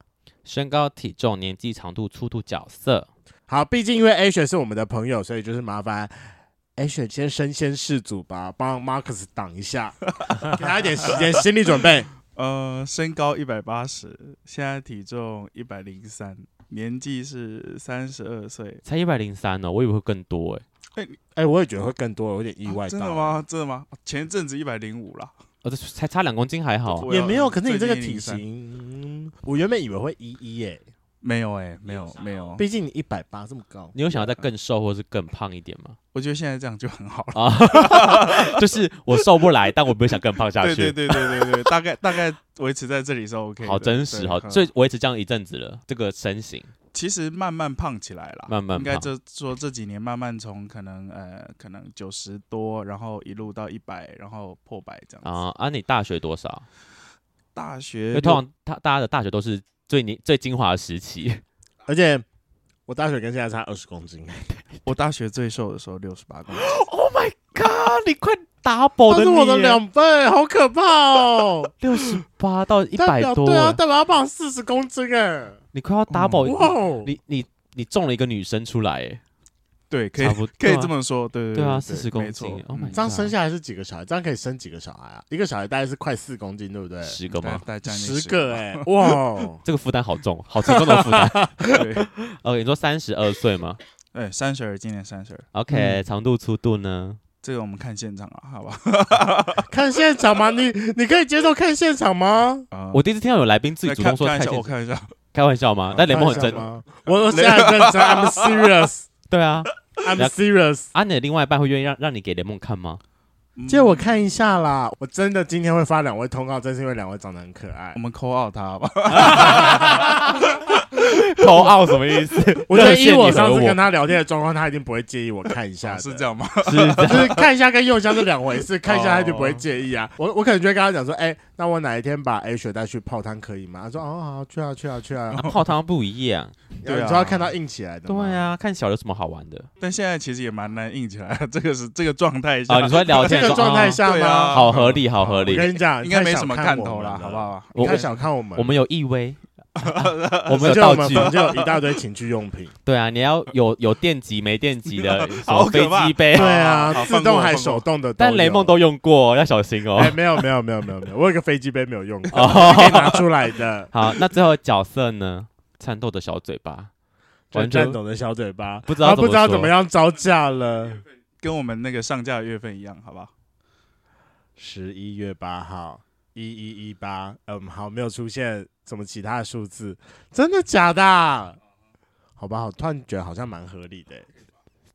Speaker 1: 身高、体重、年纪、长度、粗度、角色。
Speaker 2: 好，毕竟因为 Asia 是我们的朋友，所以就是麻烦 Asia 先身先士卒吧，帮 Marcus 挡一下，给他一点时间心理准备。
Speaker 4: 呃，身高一百八十，现在体重一百零三，年纪是三十二岁。
Speaker 1: 才一百零三呢，我以为会更多哎、
Speaker 2: 哎、我也觉得会更多，有点意外、
Speaker 4: 啊真的？吗？真的吗？前阵子一百零五了，
Speaker 1: 哦，这才差两公斤还好。
Speaker 4: 我
Speaker 2: 也没有，可是你
Speaker 4: 最
Speaker 2: 这
Speaker 4: 近
Speaker 2: 个体
Speaker 4: 103
Speaker 2: 型，嗯我原本以为会一一耶，
Speaker 4: 没有哎、没有没有。
Speaker 2: 毕竟你一百八这么高。
Speaker 1: 你有想要再更瘦或是更胖一点吗？
Speaker 4: 我觉得现在这样就很好了。
Speaker 1: 啊， 就是我瘦不来，但我没有想更胖下
Speaker 4: 对
Speaker 1: 去。
Speaker 4: 对对对对对，大概大概维持在这里是 OK 的。
Speaker 1: 好真实，
Speaker 4: 对
Speaker 1: 好，
Speaker 4: 嗯
Speaker 1: 所以维持这样一阵子了，这个身形
Speaker 4: 其实慢慢胖起来了，
Speaker 1: 慢慢胖
Speaker 4: 应该这说这几年慢慢从可能呃可能九十多，然后一路到一百，然后破百这样子。
Speaker 1: 啊啊！你大学多少？
Speaker 4: 大
Speaker 1: 因
Speaker 4: 学
Speaker 1: 为
Speaker 4: 六
Speaker 1: 通常他大家的大学都是最年最精华的时期，
Speaker 2: 而且我大学跟现在差二十公斤，
Speaker 4: 我大学最瘦的时候六十八 公斤，
Speaker 1: 啊，你快 double
Speaker 2: 那
Speaker 1: 的
Speaker 2: 是
Speaker 1: 你耶，
Speaker 2: 我的两倍，好可怕哦！
Speaker 1: 六十八到一
Speaker 2: 代
Speaker 1: 百
Speaker 2: 表
Speaker 1: 多
Speaker 2: 对啊，
Speaker 1: 耶，
Speaker 2: 代表要胖四十公斤哎！
Speaker 1: 你快要 double，、
Speaker 2: 哇哦，
Speaker 1: 你你你中了一个女生出来，哎，
Speaker 4: 对，可以
Speaker 1: 差不多
Speaker 4: 可以
Speaker 1: 啊
Speaker 4: 这么说，对
Speaker 1: 对
Speaker 4: 对
Speaker 1: 啊40公
Speaker 4: 没错
Speaker 1: 斤，Oh
Speaker 4: 嗯
Speaker 1: my
Speaker 2: 这样生下来是几个小孩？这样可以生几个小孩啊？一个小孩大概是快四公斤，对不对？
Speaker 1: 十个
Speaker 4: 大
Speaker 1: 吗？
Speaker 4: 大概将近
Speaker 2: 十个哎、
Speaker 4: 吧
Speaker 2: 哇哦！
Speaker 1: 这个负担好重，好沉重的负担。
Speaker 4: 对，
Speaker 1: OK，你说三十二岁吗
Speaker 4: 哎，三十二，今年三十二，
Speaker 1: ？OK，、长度粗度呢？
Speaker 4: 这个我们看现场啊，好吧？
Speaker 2: 看现场吗？你你可以接受看现 场吗？
Speaker 4: 啊，
Speaker 1: 我第一次听到有来宾自己
Speaker 4: 再
Speaker 1: 主
Speaker 4: 看
Speaker 1: 动说
Speaker 4: 看一
Speaker 1: 太
Speaker 4: 下，我
Speaker 1: 健
Speaker 4: 看一下，
Speaker 1: 开玩笑
Speaker 2: 哦
Speaker 1: 吗？但雷蒙很真
Speaker 2: 看，吗？我我现在很认真，I'm serious，I'm
Speaker 1: 对啊。
Speaker 2: serious。
Speaker 1: 啊，你的另外一半会愿意让让你给雷梦看吗？
Speaker 4: 嗯
Speaker 2: 借我，看一下啦！我真的今天会发两位通告，真是因为两位长得很可爱
Speaker 4: 我。们扣 out 他好吧？
Speaker 1: 头傲什么意思？
Speaker 2: 我觉得
Speaker 1: 嗯热
Speaker 2: 以
Speaker 1: 线
Speaker 2: 我
Speaker 1: 你和
Speaker 2: 上次
Speaker 1: 我哦
Speaker 2: 跟他聊天的状况，他一定不会介意我看一下
Speaker 4: 啊
Speaker 2: 的，
Speaker 4: 是这样吗？
Speaker 1: 是这
Speaker 2: 就
Speaker 1: 样
Speaker 2: 是看一下跟用一下是两回事，看一下他就不会
Speaker 4: 哦
Speaker 2: 介意啊。我我可能就会跟他讲说，哎、那我哪一天把 A 雪带去泡汤可以吗？他说，哦，好，去啊，去啊，去啊。
Speaker 1: 泡汤不一 样。
Speaker 2: 有
Speaker 4: 对
Speaker 2: 你
Speaker 4: 啊
Speaker 2: 说要看他硬起来的，
Speaker 1: 对，啊，看小有什么好玩的
Speaker 4: 但现在其实也蛮难硬起来，这个是这个状态下，
Speaker 1: 啊？ 你说聊天
Speaker 2: 这
Speaker 1: 说
Speaker 2: 个状态
Speaker 1: 哦
Speaker 2: 下
Speaker 4: 对
Speaker 2: 吗？
Speaker 4: 啊
Speaker 1: 好合理，好合
Speaker 2: 我
Speaker 1: 理。
Speaker 2: 跟你讲，
Speaker 4: 应该没
Speaker 2: 太小
Speaker 4: 什么
Speaker 2: 看
Speaker 4: 看头啦，
Speaker 2: 了，
Speaker 4: 好不？好？
Speaker 1: 我
Speaker 2: 太小看我们了，
Speaker 1: 我们有义 威，我
Speaker 2: 我
Speaker 1: 们有
Speaker 2: 我
Speaker 1: 道
Speaker 2: 们
Speaker 1: 具。
Speaker 2: 房就有一大堆情趣用品，
Speaker 1: 对啊，你要有有电极没电极 的，什
Speaker 4: 好
Speaker 1: 么
Speaker 4: 可
Speaker 1: 飞
Speaker 4: 怕
Speaker 1: 机杯
Speaker 2: 对，
Speaker 4: 好
Speaker 2: 啊，
Speaker 4: 好
Speaker 2: 自
Speaker 4: 放
Speaker 2: 动
Speaker 4: 过
Speaker 2: 还
Speaker 4: 放过
Speaker 2: 手动的有，
Speaker 1: 但雷梦都用过，要小心 哦
Speaker 2: 哎、。没有没有没有没有没有，我有个飞机杯没有用过，可以
Speaker 1: 哦，，
Speaker 2: 拿出来的
Speaker 1: 好，那最后角色呢？颤抖的小嘴巴，
Speaker 2: 就
Speaker 1: 完全
Speaker 2: 战斗的小嘴巴，
Speaker 1: 不知道
Speaker 2: 啊
Speaker 1: 怎么
Speaker 2: 不知道
Speaker 1: 说
Speaker 2: 怎么样招架了。
Speaker 4: 跟我们那个上架的月份一样，好不好？
Speaker 2: 十一月八号，一一一八，嗯，好，没有出现什么其他的数字，真的假的啊？好吧，好，突然觉得好像蛮合理的欸、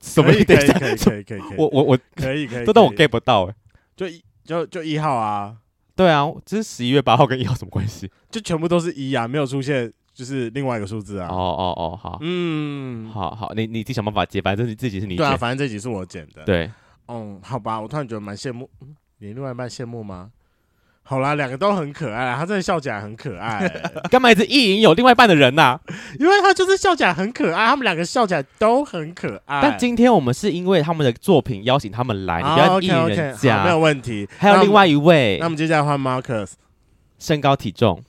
Speaker 1: 什么
Speaker 2: 可以
Speaker 1: 意思？
Speaker 2: 可以可以可以可以可以，
Speaker 1: 我我我
Speaker 2: 可以可以，
Speaker 1: 这段我
Speaker 2: 可以
Speaker 1: get 不到哎。
Speaker 2: 就一就就一号啊，
Speaker 1: 对啊，这是十一月八号跟一号什么关系？
Speaker 2: 就全部都是一啊，没有出现就是另外一个数字
Speaker 1: 哦
Speaker 2: 啊，
Speaker 1: 哦哦，好，
Speaker 2: 嗯，
Speaker 1: 好好，你你自己想办法接，反正你自己是你
Speaker 2: 对啊，
Speaker 1: 姐。
Speaker 2: 反正这集是我剪的，，
Speaker 1: 对，
Speaker 2: 嗯，好吧，我突然觉得蛮羡慕，嗯你另外一半羡慕吗？好啦，两个都很可爱啦，啊他真的笑起来很 可爱欸、
Speaker 1: 干嘛一直意淫有另外一半的人呐？
Speaker 2: 因为他就是笑起来很可爱，他们两个笑起来都很可爱。
Speaker 1: 但今天我们是因为他们的作品邀请他们来，你不
Speaker 2: 好
Speaker 1: 要意
Speaker 2: 啊
Speaker 1: 淫
Speaker 2: OK OK，
Speaker 1: 人
Speaker 2: 好没有
Speaker 1: 家。
Speaker 2: 问题。
Speaker 1: 还有
Speaker 2: 那我们
Speaker 1: 另外，一位
Speaker 2: 那我，们接下来换 Marcus，
Speaker 1: 身高体重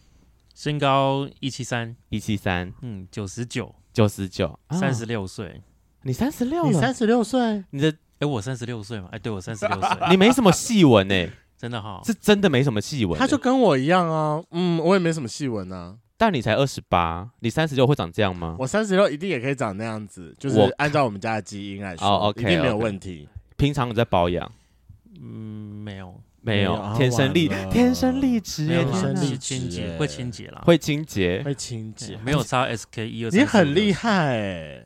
Speaker 5: 身高一七三，
Speaker 1: 一七三
Speaker 5: 嗯，九十九，
Speaker 1: 九十九啊
Speaker 5: 三十，六岁。
Speaker 1: 你三十六
Speaker 2: 你
Speaker 1: 了
Speaker 2: 三，十六岁，
Speaker 1: 你的
Speaker 5: 哎，我三十六岁嘛？哎，对，我三十六岁，
Speaker 1: 你没什么细纹 呢，
Speaker 5: 真的哈。
Speaker 1: 是真的没什么细纹欸。
Speaker 2: 他就跟我一样啊，嗯，我也没什么细纹啊，
Speaker 1: 但你才二十八，你三十六会长这样吗？
Speaker 2: 我三十六一定也可以长那样子，就是
Speaker 1: 我
Speaker 2: 按照我们家的基因来说，
Speaker 1: 哦，OK，
Speaker 2: 一定没有
Speaker 1: OK
Speaker 2: 问题。
Speaker 1: 平常有在保养
Speaker 5: 嗯，没有，
Speaker 1: 没
Speaker 2: 没有啊
Speaker 1: 有？天生丽
Speaker 2: 完了
Speaker 1: 天生丽质
Speaker 5: 没
Speaker 1: 欸，
Speaker 5: 有
Speaker 2: 天
Speaker 5: 啦，
Speaker 2: 生
Speaker 1: 天
Speaker 2: 丽
Speaker 5: 是
Speaker 1: 哪！
Speaker 5: 清
Speaker 2: 质哎
Speaker 5: 洁，会清洁啦，
Speaker 1: 会清洁，
Speaker 2: 会清洁
Speaker 5: 哎，没有差 SK 一二三，
Speaker 2: 你很厉，害、欸，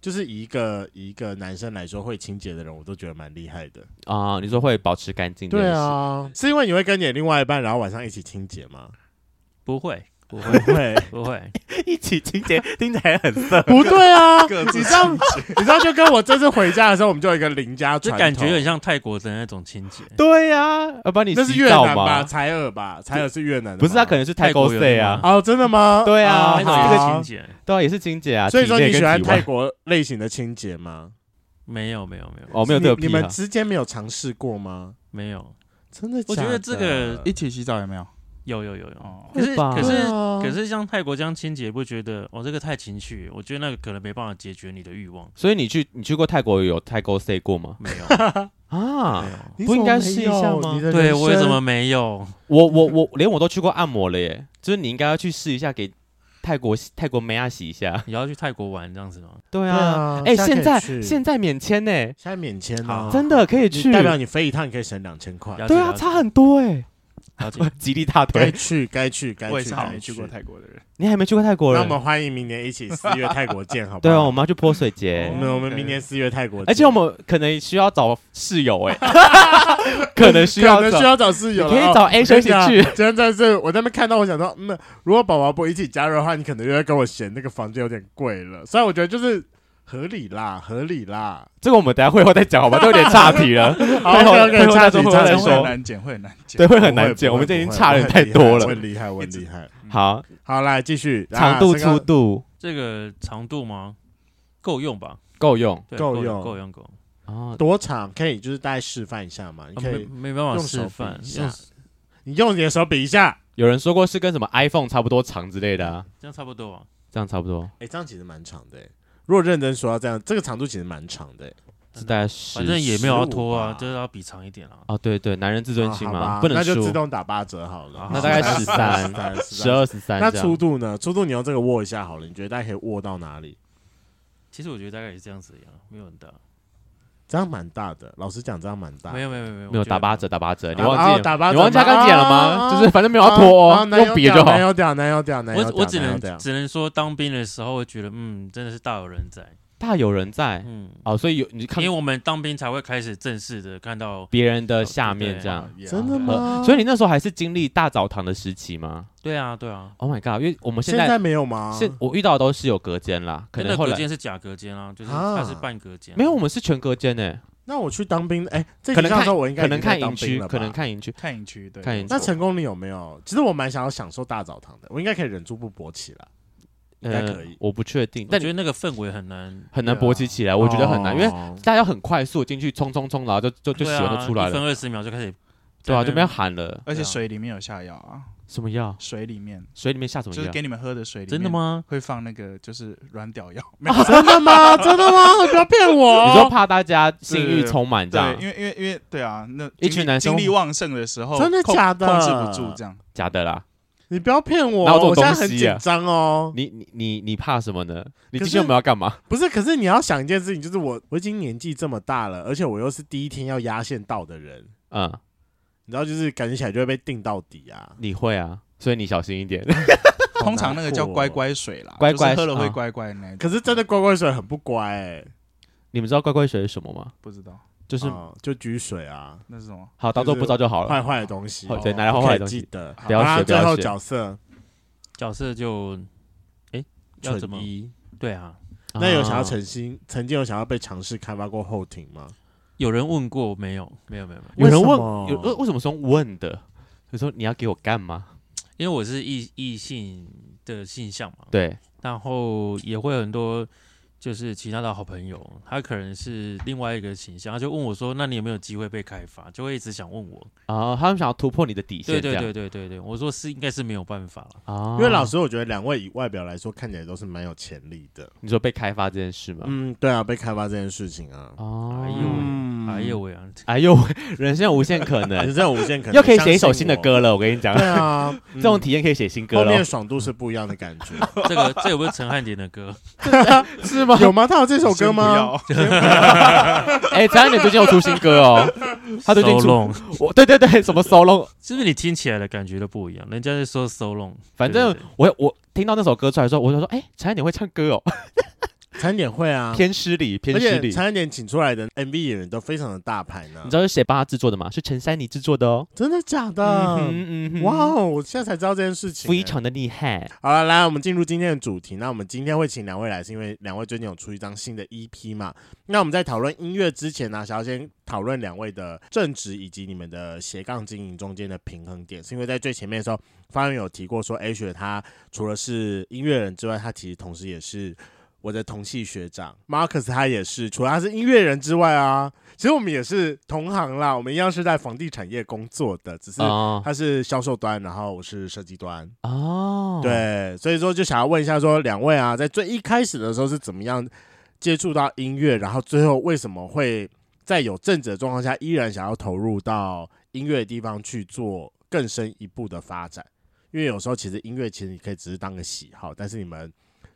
Speaker 2: 就是以一个以一个男生来说会清洁的人，我都觉得蛮厉害的。
Speaker 1: 啊、你说会保持干净？
Speaker 2: 对，啊，是因为你会跟你的另外一半，然后晚上一起清洁吗？
Speaker 5: 不会，不
Speaker 2: 不
Speaker 5: 会，
Speaker 2: 会，
Speaker 5: 不会，
Speaker 1: 一起清洁听起来很色。
Speaker 2: 不对啊，
Speaker 4: 各
Speaker 2: 你
Speaker 4: 自
Speaker 2: 知道，你知道，就跟我这次回家的时候，我们就有一个邻家
Speaker 5: 就
Speaker 2: 传统，
Speaker 5: 感觉有点像泰国的那种清洁。
Speaker 1: 对呀、要不然你
Speaker 2: 那是
Speaker 1: 洗
Speaker 2: 越
Speaker 1: 澡
Speaker 2: 南吧，
Speaker 1: 吗？
Speaker 2: 采耳吧，采耳是越南的吗，
Speaker 1: 不是，他可能是 泰
Speaker 5: 泰国
Speaker 1: 国
Speaker 5: 有
Speaker 1: C
Speaker 5: 的
Speaker 1: 啊
Speaker 5: 吗，
Speaker 2: 哦，真的吗？
Speaker 1: 对啊
Speaker 2: 哦
Speaker 5: 那
Speaker 1: 这个
Speaker 5: 种
Speaker 2: 好
Speaker 5: 清洁
Speaker 1: 对啊，也是清洁啊。
Speaker 2: 所以说
Speaker 1: 体内
Speaker 2: 你
Speaker 1: 跟
Speaker 2: 喜欢
Speaker 1: 体外
Speaker 2: 泰国类型的清 洁吗？
Speaker 5: 没有，没有，没有，
Speaker 1: 哦，没有这个
Speaker 2: 你
Speaker 1: 癖
Speaker 2: 你们
Speaker 1: 好。
Speaker 2: 之间没有尝试过吗？
Speaker 5: 没有，
Speaker 2: 真的假
Speaker 5: 我
Speaker 2: 的，
Speaker 5: 觉得这个
Speaker 4: 一起洗澡有没有？
Speaker 5: 有有有有。
Speaker 4: 哦，
Speaker 5: 可是
Speaker 1: 会吧
Speaker 5: 可是
Speaker 2: 对啊
Speaker 5: 可是像泰国这样清洁，不觉得哦这个太情绪？我觉得那个可能没办法解决你的欲望。
Speaker 1: 所以你去你去过泰国有泰国 C 过吗？
Speaker 5: 没 有，
Speaker 1: 啊
Speaker 5: 没，有。
Speaker 2: 你
Speaker 1: 不
Speaker 2: 怎么
Speaker 1: 应该
Speaker 2: 没
Speaker 1: 试一
Speaker 2: 有
Speaker 1: 下吗
Speaker 2: 你的
Speaker 5: 对
Speaker 2: 人
Speaker 5: 我也怎
Speaker 2: 生
Speaker 5: 么没有？
Speaker 1: 我我我连我都去过按摩了耶，就是你应该要去试一下给泰国泰国美亚洗一下。
Speaker 5: 你要去泰国玩这样子吗？
Speaker 1: 对
Speaker 2: 对啊
Speaker 1: 哎、
Speaker 2: 下可以
Speaker 1: 现在
Speaker 2: 去
Speaker 1: 现在免签呢、
Speaker 2: 现在免签
Speaker 5: 好
Speaker 2: 啊，
Speaker 1: 真的可以
Speaker 2: 你
Speaker 1: 去，
Speaker 2: 代表你飞一趟你可以省两千块。
Speaker 5: 了解
Speaker 1: 对啊，
Speaker 5: 了解
Speaker 1: 差很多 哎、
Speaker 5: 了解。
Speaker 1: 极力大
Speaker 2: 该
Speaker 1: 腿，
Speaker 2: 去该去该
Speaker 4: 我也
Speaker 2: 去，
Speaker 4: 是还
Speaker 2: 该
Speaker 4: 没哦去过泰国的人，
Speaker 1: 你还没去过泰国
Speaker 2: 那
Speaker 1: 人
Speaker 2: 我？们欢迎明年一起四月泰国见，好不
Speaker 1: 对
Speaker 2: 好？
Speaker 1: 啊，我们要去泼水节
Speaker 2: 我
Speaker 4: 哦，
Speaker 2: 们我们
Speaker 4: OK
Speaker 2: 明年四月泰国见，
Speaker 1: 而且我们可能需要找室友 哎、可能需要
Speaker 2: 可能
Speaker 1: 找
Speaker 2: 需，要找室友
Speaker 1: 你
Speaker 2: 了，哦
Speaker 1: 可以找 A
Speaker 2: 我跟
Speaker 1: 小
Speaker 2: 你
Speaker 1: 姐
Speaker 2: 讲
Speaker 1: 去。
Speaker 2: 真的是我在那边看到，我想说，嗯，如果宝宝不一起加入的话，你可能又要跟我嫌那个房间有点贵了。所以我觉得就是合理啦，合理啦。
Speaker 1: 这个我们等一下会后再讲好吧，都有点岔题 了。
Speaker 2: 好
Speaker 1: 会后
Speaker 2: ，OK，OK，
Speaker 1: 会后再
Speaker 2: 岔题
Speaker 1: 说，会后
Speaker 2: 岔题
Speaker 1: 再
Speaker 4: 会很
Speaker 1: 说，
Speaker 4: 难剪，会很难剪。
Speaker 1: 对，会
Speaker 2: 不
Speaker 1: 很难
Speaker 2: 不
Speaker 1: 剪。
Speaker 2: 会
Speaker 1: 我们这已经
Speaker 2: 不会
Speaker 1: 差
Speaker 2: 我
Speaker 1: 的
Speaker 2: 很
Speaker 1: 太
Speaker 2: 厉害
Speaker 1: 多
Speaker 2: 我
Speaker 1: 了。
Speaker 2: 很厉害，我很厉害。
Speaker 1: 好，
Speaker 2: 好，来继续
Speaker 1: 长度粗，
Speaker 2: 啊
Speaker 1: 度
Speaker 5: 这个长度吗？够用吧？
Speaker 1: 够用
Speaker 5: 对
Speaker 2: 够
Speaker 5: 用，
Speaker 2: 用
Speaker 5: 够用，够用。
Speaker 1: 哦
Speaker 2: 身高。多长？可以就是大概示范一下嘛？你
Speaker 5: 啊
Speaker 2: 可以，
Speaker 5: 没没办法
Speaker 2: 用手
Speaker 5: 示范
Speaker 2: 比一，下
Speaker 5: 用
Speaker 2: 你用你的手比一下。
Speaker 1: 有人说过是跟什么 iPhone 差不多长之类的啊，
Speaker 5: 这样差不多啊。
Speaker 1: 这样差不多
Speaker 2: 哎，这样其实蛮长的欸。如果认真说要这样，这个长度其实蛮长的欸。
Speaker 1: 是大概十。
Speaker 5: 反正也没有要拖
Speaker 2: 15
Speaker 5: 啊，
Speaker 2: 吧
Speaker 5: 就是要比长一点啊。
Speaker 1: 哦，对对，男人自尊心
Speaker 2: 啊
Speaker 1: 嘛，
Speaker 2: 好吧
Speaker 1: 不能
Speaker 2: 那就
Speaker 1: 输
Speaker 2: 自。动打八折好了
Speaker 5: 好。
Speaker 1: 那大概
Speaker 2: 13
Speaker 1: 13
Speaker 2: 13
Speaker 1: 十二十三，
Speaker 2: 那
Speaker 1: 这
Speaker 2: 粗
Speaker 1: 样
Speaker 2: 度呢？粗度你用这个握一下好了，你觉得大概可以握到哪里？
Speaker 5: 其实我觉得大概也是这样子一样，没有很大。
Speaker 2: 这样蛮大的，老实讲，这样蛮大。
Speaker 5: 没有没有没有没有，
Speaker 1: 没有
Speaker 5: 我觉得
Speaker 1: 打八折，打八折，你
Speaker 2: 啊
Speaker 1: 忘
Speaker 2: 啊
Speaker 1: 记
Speaker 2: 打
Speaker 1: 了？
Speaker 2: 八折
Speaker 1: 你忘记他刚讲了
Speaker 2: 啊啊
Speaker 1: 吗？就是反正没有
Speaker 2: 啊
Speaker 1: 要拖哦，
Speaker 2: 啊
Speaker 1: 用笔就好
Speaker 2: 男。友屌，男友屌，男友屌，
Speaker 5: 我我只
Speaker 2: 男友
Speaker 5: 能
Speaker 2: 屌
Speaker 5: 只能说，当兵的时候，我觉得嗯，真的是大有人在。
Speaker 1: 大啊有人在
Speaker 5: 嗯，
Speaker 1: 哦，所以有你
Speaker 5: 因
Speaker 1: 看
Speaker 5: 为我们当兵才会开始正式的看到，
Speaker 1: 别人的下面这样呃
Speaker 4: 啊，也
Speaker 2: 真的
Speaker 4: 好
Speaker 2: 吗？
Speaker 1: 所以你那时候还是经历大澡堂的时期吗
Speaker 5: 对啊对啊，
Speaker 1: ？Oh my god！因为我们现
Speaker 2: 现
Speaker 1: 在
Speaker 2: 在没有吗？
Speaker 1: 现我遇到的都是有隔间啦，可能
Speaker 5: 那
Speaker 1: 后
Speaker 5: 隔
Speaker 1: 来
Speaker 5: 间是假隔间啊，就是
Speaker 2: 啊
Speaker 5: 它是半隔间，
Speaker 1: 没有，我们是全隔间诶，
Speaker 2: 那我去当兵，哎，这
Speaker 1: 可能
Speaker 2: 那
Speaker 1: 看
Speaker 2: 时候我应该
Speaker 1: 可能
Speaker 2: 已经在
Speaker 1: 看营
Speaker 2: 当兵
Speaker 1: 区，
Speaker 2: 了吧
Speaker 1: 可能。看营区。
Speaker 4: 看影区，对，
Speaker 1: 看营区
Speaker 2: 那成功你有没有？其实我蛮想要享受大澡堂的，我应该可以忍住不勃起 了。应该
Speaker 1: 呃
Speaker 2: 可以
Speaker 1: 我不确定，
Speaker 5: 我
Speaker 1: 但
Speaker 5: 觉得那个氛围很难，
Speaker 1: 很难勃起起
Speaker 2: 啊
Speaker 1: 来，我觉得很
Speaker 2: 哦
Speaker 1: 难，因为
Speaker 4: 哦
Speaker 1: 大家要很快速进去冲冲冲，然后就就就
Speaker 5: 对
Speaker 1: 血
Speaker 5: 啊
Speaker 1: 就出来
Speaker 5: 一
Speaker 1: 了
Speaker 5: 分，二十秒就开始，
Speaker 1: 对啊，就
Speaker 5: 这
Speaker 1: 不要喊了。
Speaker 4: 而且
Speaker 5: 对啊
Speaker 4: 水里面有下药啊，
Speaker 1: 什么药？
Speaker 4: 水里面
Speaker 1: 水里面下什么
Speaker 4: 就是
Speaker 1: 药？
Speaker 4: 给你们喝的水里面
Speaker 5: 真的？吗？
Speaker 4: 会放那个就是软屌 药，
Speaker 2: 真的吗？真的吗？不要骗
Speaker 1: 你说
Speaker 2: 我！哦
Speaker 1: 怕大家性欲充满这
Speaker 4: 对，
Speaker 1: 样
Speaker 4: 因？为因为因为对啊，那
Speaker 1: 一
Speaker 4: 精
Speaker 1: 群
Speaker 4: 力
Speaker 1: 男生
Speaker 4: 精力旺盛的时候，
Speaker 2: 真的
Speaker 4: 控
Speaker 2: 假的
Speaker 4: 控制不住这样，
Speaker 1: 假的啦！
Speaker 2: 你不要骗我！
Speaker 1: 哪有这种
Speaker 2: 我现在
Speaker 1: 东
Speaker 2: 很
Speaker 1: 西
Speaker 2: 紧
Speaker 1: 啊
Speaker 2: 张哦。
Speaker 1: 你你你你怕什么呢？你
Speaker 2: 可
Speaker 1: 今
Speaker 2: 是
Speaker 1: 天我们要干嘛？
Speaker 2: 不是，可是你要想一件事情，就是我我已经年纪这么大了，而且我又是第一天要压线到的人，
Speaker 1: 嗯，
Speaker 2: 你知道，就是感觉起来就会被定到底啊。
Speaker 1: 你会啊，所以你小心一 点。
Speaker 4: 通常那个叫
Speaker 2: 好难过哦
Speaker 4: 乖乖水啦，
Speaker 1: 乖乖
Speaker 4: 就是喝了会
Speaker 1: 啊
Speaker 4: 乖乖的那一种，
Speaker 2: 可是真的乖乖水很不乖、欸，
Speaker 1: 你们知道乖乖水是什么吗？
Speaker 4: 不知道
Speaker 1: 就是、
Speaker 2: 啊就橘水啊，
Speaker 4: 那是什么，
Speaker 1: 好，当做不知道就好了。
Speaker 2: 坏坏的东西，
Speaker 1: 好
Speaker 2: 哦
Speaker 1: 对，拿来坏坏的东
Speaker 2: 不可以记
Speaker 1: 西，
Speaker 2: 得。
Speaker 1: 不要
Speaker 2: 然后
Speaker 1: 学，不
Speaker 2: 最后
Speaker 1: 要学。
Speaker 2: 角色
Speaker 5: 角色就，哎，要怎么
Speaker 2: 纯？一，
Speaker 5: 对啊，
Speaker 2: 那有想要
Speaker 1: 成
Speaker 2: 曾经曾经有想要被尝试开发过后庭吗？
Speaker 5: 有人问过没有？没有没有没
Speaker 1: 有
Speaker 5: 有，
Speaker 1: 人问
Speaker 2: 为什么
Speaker 1: 有呃为什么是用问的？你说你要给我干嘛？
Speaker 5: 因为我是异异性的性向嘛，
Speaker 1: 对，
Speaker 5: 然后也会很多就是其他的好朋友，他可能是另外一个形象，他就问我说：“那你有没有机会被开发？”就会一直想问我。
Speaker 1: 啊，他们想要突破你的底线，
Speaker 5: 对
Speaker 1: 这
Speaker 5: 对
Speaker 1: 样
Speaker 5: 对对对对，我说是应该是没有办法了。
Speaker 1: 啊。
Speaker 2: 因为老师，我觉得两位以外表来说，看起来都是蛮有潜力的。
Speaker 1: 你说被开发这件事吗？
Speaker 2: 嗯，对啊，被开发这件事情啊，嗯
Speaker 1: 哦，
Speaker 5: 哎呦哎呦喂啊！
Speaker 1: 哎呦，人生有无限可能
Speaker 2: 人，生有无限可能，
Speaker 1: 又可以写一首
Speaker 2: 相信
Speaker 1: 新的
Speaker 2: 我。
Speaker 1: 歌了。我跟你讲，
Speaker 2: 对啊，
Speaker 1: 这
Speaker 2: 嗯
Speaker 1: 种体验可以写新歌
Speaker 2: 后
Speaker 1: 了
Speaker 2: 面，爽度是不一样的感觉，
Speaker 5: 这个这有不是陈汉典的歌？
Speaker 1: 是吗？
Speaker 2: 有吗？他有这首
Speaker 4: 先
Speaker 2: 歌
Speaker 4: 不
Speaker 2: 吗？
Speaker 4: 要？
Speaker 1: 哎，张翰，你最近有出新歌 哦？他最近
Speaker 5: So
Speaker 1: 出，
Speaker 5: long，
Speaker 1: 我对对对， 什么 solo
Speaker 5: 是不是你听起来的感觉都不一样？人家是说 so long，
Speaker 1: 反正
Speaker 5: 对对对
Speaker 1: 我我听到那首歌出来的时候，我就说，哎、陈汉典会唱歌哦，
Speaker 2: 餐点会 啊，
Speaker 1: 偏失礼，偏
Speaker 2: 而
Speaker 1: 失
Speaker 2: 且
Speaker 1: 礼。
Speaker 2: 餐点请出来的 MV 演员都非常的大牌呢
Speaker 1: 你知。道是谁帮他制作的吗？是陈珊妮制作的哦。
Speaker 2: 真的假的？
Speaker 1: 嗯嗯
Speaker 2: 啊哇哦！我现在才知道这件事情、欸
Speaker 1: 非常的厉害。
Speaker 2: 好了，来，我们进入今天的主题。那我们今天会请两位来，是因为两位最近有出一张新的 EP 嘛？那我们在讨论音乐之前呢、想要先讨论两位的正职以及你们的斜杠经营中间的平衡点，是因为在最前面的时候，方圆有提过说，A 雪他除了是音乐人之外，他其实同时也是我的同系学长 Marcus，他也是，除了他是音乐人之外啊，其实我们也是同行啦，我们一样是在房地产业工作的，只是
Speaker 1: 哦
Speaker 2: 他是销售端，然后我是设计端。
Speaker 1: 哦，，
Speaker 2: 对，所以说就想要问一下，说两位啊，在最一开始的时候是怎么样接触到音乐，然后最后为什么会在有正职的状况下，依然想要投入到音乐的地方去做更深一步的发展？因为有时候其实音乐其实你可以只是当个喜好，但是你们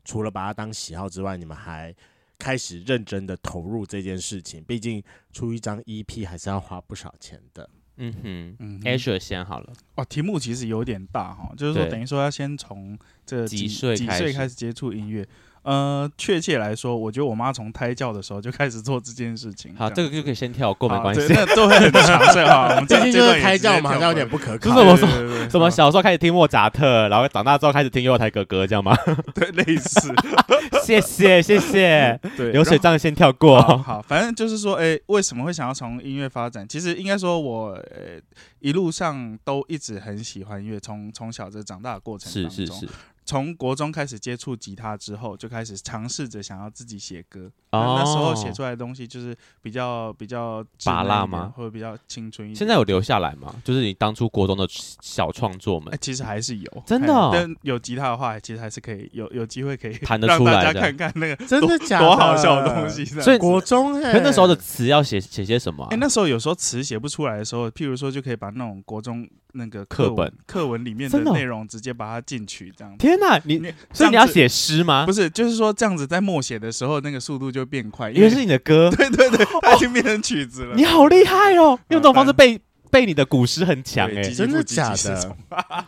Speaker 2: 除了把它当喜好之外，你们还开始认真的投入这件事情。毕竟出一张 EP 还是要花不少钱 的。
Speaker 1: 嗯哼。
Speaker 4: 嗯哼
Speaker 1: Asher 先好了，
Speaker 4: 哇，哦题目其实有点大哈，就是说
Speaker 1: 对
Speaker 4: 等于说要先从这
Speaker 1: 几岁
Speaker 4: 几
Speaker 1: 开
Speaker 4: 岁
Speaker 1: 始
Speaker 4: 开始接触音乐。呃，确切来说，我觉得我妈从胎教的时候就开始做这件事情。
Speaker 1: 好，这
Speaker 4: 样
Speaker 1: 个就可以先跳过，没
Speaker 4: 嗯好
Speaker 1: 关系
Speaker 4: 对。那都会很长，所以哈， 我们这
Speaker 2: 毕竟
Speaker 4: 这
Speaker 2: 就
Speaker 4: 段
Speaker 2: 是
Speaker 4: 也
Speaker 2: 胎
Speaker 4: 直接
Speaker 2: 教嘛，好
Speaker 4: 跳
Speaker 2: 像有
Speaker 4: 过
Speaker 2: 点不可
Speaker 1: 就
Speaker 2: 靠
Speaker 1: 是。我
Speaker 4: 对
Speaker 1: 说
Speaker 4: 对对 对
Speaker 1: 什么小时候开始听莫扎特，然后长大之后开始听幼台哥哥，这样 吗？
Speaker 4: 对类似
Speaker 1: 谢谢谢谢，
Speaker 4: 对
Speaker 1: 哎流水
Speaker 4: 然后
Speaker 1: 账先跳
Speaker 4: 好
Speaker 1: 过。
Speaker 4: 好，反正就是说，哎、为什么会想要从音乐发展？其实应该说我，呃一路上都一直很喜欢音乐，从从小这长大的过程
Speaker 1: 是
Speaker 4: 当中，
Speaker 1: 是是，
Speaker 4: 从国中开始接触吉他之后，就开始尝试着想要自己写歌。
Speaker 1: 哦
Speaker 4: 那那时候写出来的东西就是比较比较稚嫩
Speaker 1: 拔
Speaker 4: 一
Speaker 1: 辣
Speaker 4: 点
Speaker 1: 吗
Speaker 4: 或者比较青春一点。
Speaker 1: 现在有留下来吗？就是你当初国中的小创作们
Speaker 4: 哎、，其实还是有
Speaker 1: 真的哦
Speaker 4: 哎但有吉他的话，其实还是可以有有机会可以
Speaker 1: 弹得
Speaker 4: 让
Speaker 1: 出来
Speaker 4: 大家
Speaker 1: 的
Speaker 4: 看看那个
Speaker 2: 真的假的？
Speaker 4: 多好笑的东西。这样
Speaker 1: 所以
Speaker 2: 国中哎、
Speaker 1: 可是那时候的词要写写些什么啊
Speaker 4: 啊哎、？那时候有时候词写不出来的时候，譬如说就可以把那种国中那个
Speaker 1: 课
Speaker 4: 文
Speaker 1: 本
Speaker 4: 课文里面的
Speaker 1: 真的哦
Speaker 4: 内容直接把它进去，这样。
Speaker 1: 天哪，你
Speaker 4: 你
Speaker 1: 所以你
Speaker 4: 这样
Speaker 1: 要
Speaker 4: 子
Speaker 1: 写诗吗
Speaker 4: 不？是，就是说这样子在默写的时候，那个速度就变快，
Speaker 1: 因为是你的歌，
Speaker 4: 对 对对，它已经变成曲子了。
Speaker 1: 你好厉害哦！用这种方式
Speaker 4: 嗯
Speaker 1: 背背你的古诗很强哎
Speaker 4: 对，积极
Speaker 2: 真的
Speaker 4: 不积极
Speaker 2: 假的
Speaker 4: 是从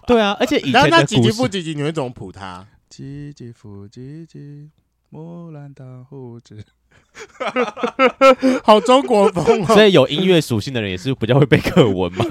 Speaker 1: 对啊，而且以
Speaker 2: 那
Speaker 1: 前
Speaker 2: 那
Speaker 1: 的
Speaker 2: 几
Speaker 1: 古
Speaker 2: 级不
Speaker 1: 诗
Speaker 2: 几级，你会怎么谱它？
Speaker 4: 积极复积极，木兰当户织。
Speaker 2: 好中国风 哦。
Speaker 1: 所以有音乐属性的人也是比较会背课文 嘛。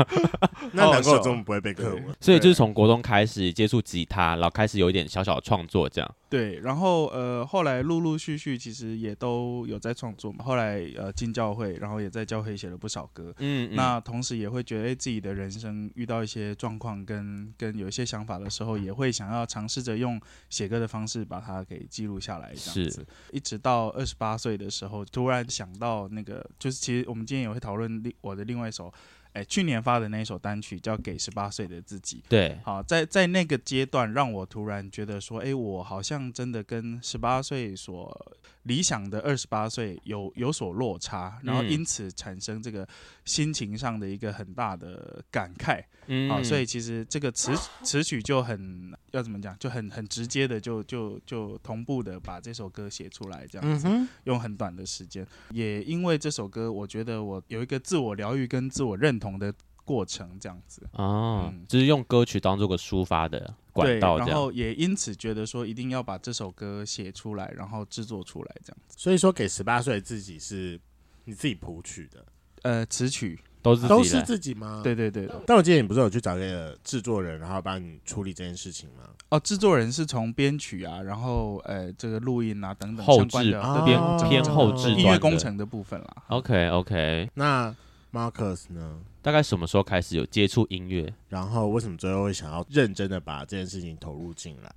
Speaker 2: 那难怪我中文不会背课文。
Speaker 1: 所以就是
Speaker 4: 对
Speaker 1: 从国中开始接触吉他，然后开始有一点小小的创作这样。
Speaker 4: 对，然后呃，后来陆陆续续其实也都有在创作嘛。后来呃进教会，然后也在教会写了不少歌。
Speaker 1: 嗯，嗯
Speaker 4: 那同时也会觉得，哎、自己的人生遇到一些状况跟跟有一些想法的时候，也会想要尝试着用写歌的方式把它给记录下来，这样
Speaker 1: 是
Speaker 4: 子。一直到二十八岁的时候，突然想到那个，就是其实我们今天也会讨论另我的另外一首，哎、去年发的那一首单曲叫《给十八岁的自己》。
Speaker 1: 对，
Speaker 4: 好，在在那个阶段，让我突然觉得说，哎、我好像真的跟十八岁所理想的二十八岁有有所落差，然后
Speaker 1: 嗯
Speaker 4: 因此产生这个心情上的一个很大的感慨。
Speaker 1: 嗯
Speaker 4: 好，所以其实这个词词曲就很要怎么讲，就很很直接的就就就同步的把这首歌写出来，这样
Speaker 2: 嗯
Speaker 4: 子、
Speaker 2: 哼，
Speaker 4: 用很短的时间。也因为这首歌，我觉得我有一个自我疗愈跟自我认同的过程，这样子。
Speaker 1: 哦
Speaker 4: 嗯，
Speaker 1: 就是用歌曲当做个抒发的管
Speaker 4: 对，
Speaker 1: 道这
Speaker 4: 然
Speaker 1: 样。
Speaker 4: 后也因此觉得说一定要把这首歌写出来，然后制作出来这样子。
Speaker 2: 所以说给十八岁的自己是你自己谱曲的，
Speaker 4: 呃，词曲，
Speaker 1: 都是自己
Speaker 2: 都是
Speaker 1: 来
Speaker 2: 自己吗？。
Speaker 4: 对对对，
Speaker 2: 但我记得你不是有去找那个制作人，然后帮你处理这件事情吗？
Speaker 4: 哦，制作人是从编曲啊，然后呃，这个录音啊等等
Speaker 1: 后
Speaker 4: 相关
Speaker 1: 置
Speaker 4: 的
Speaker 2: 啊
Speaker 4: 对
Speaker 1: 编
Speaker 4: 整个
Speaker 1: 偏
Speaker 4: 整个
Speaker 1: 后置
Speaker 2: 制
Speaker 4: 音
Speaker 1: 端
Speaker 4: 乐
Speaker 1: 的
Speaker 4: 工。程的部分啦。
Speaker 1: OK OK，
Speaker 2: 那 Marcus 呢？
Speaker 1: 大概什么时候开始有接触音乐？
Speaker 2: 然后为什么最后会想要认真的把这件事情投入进来？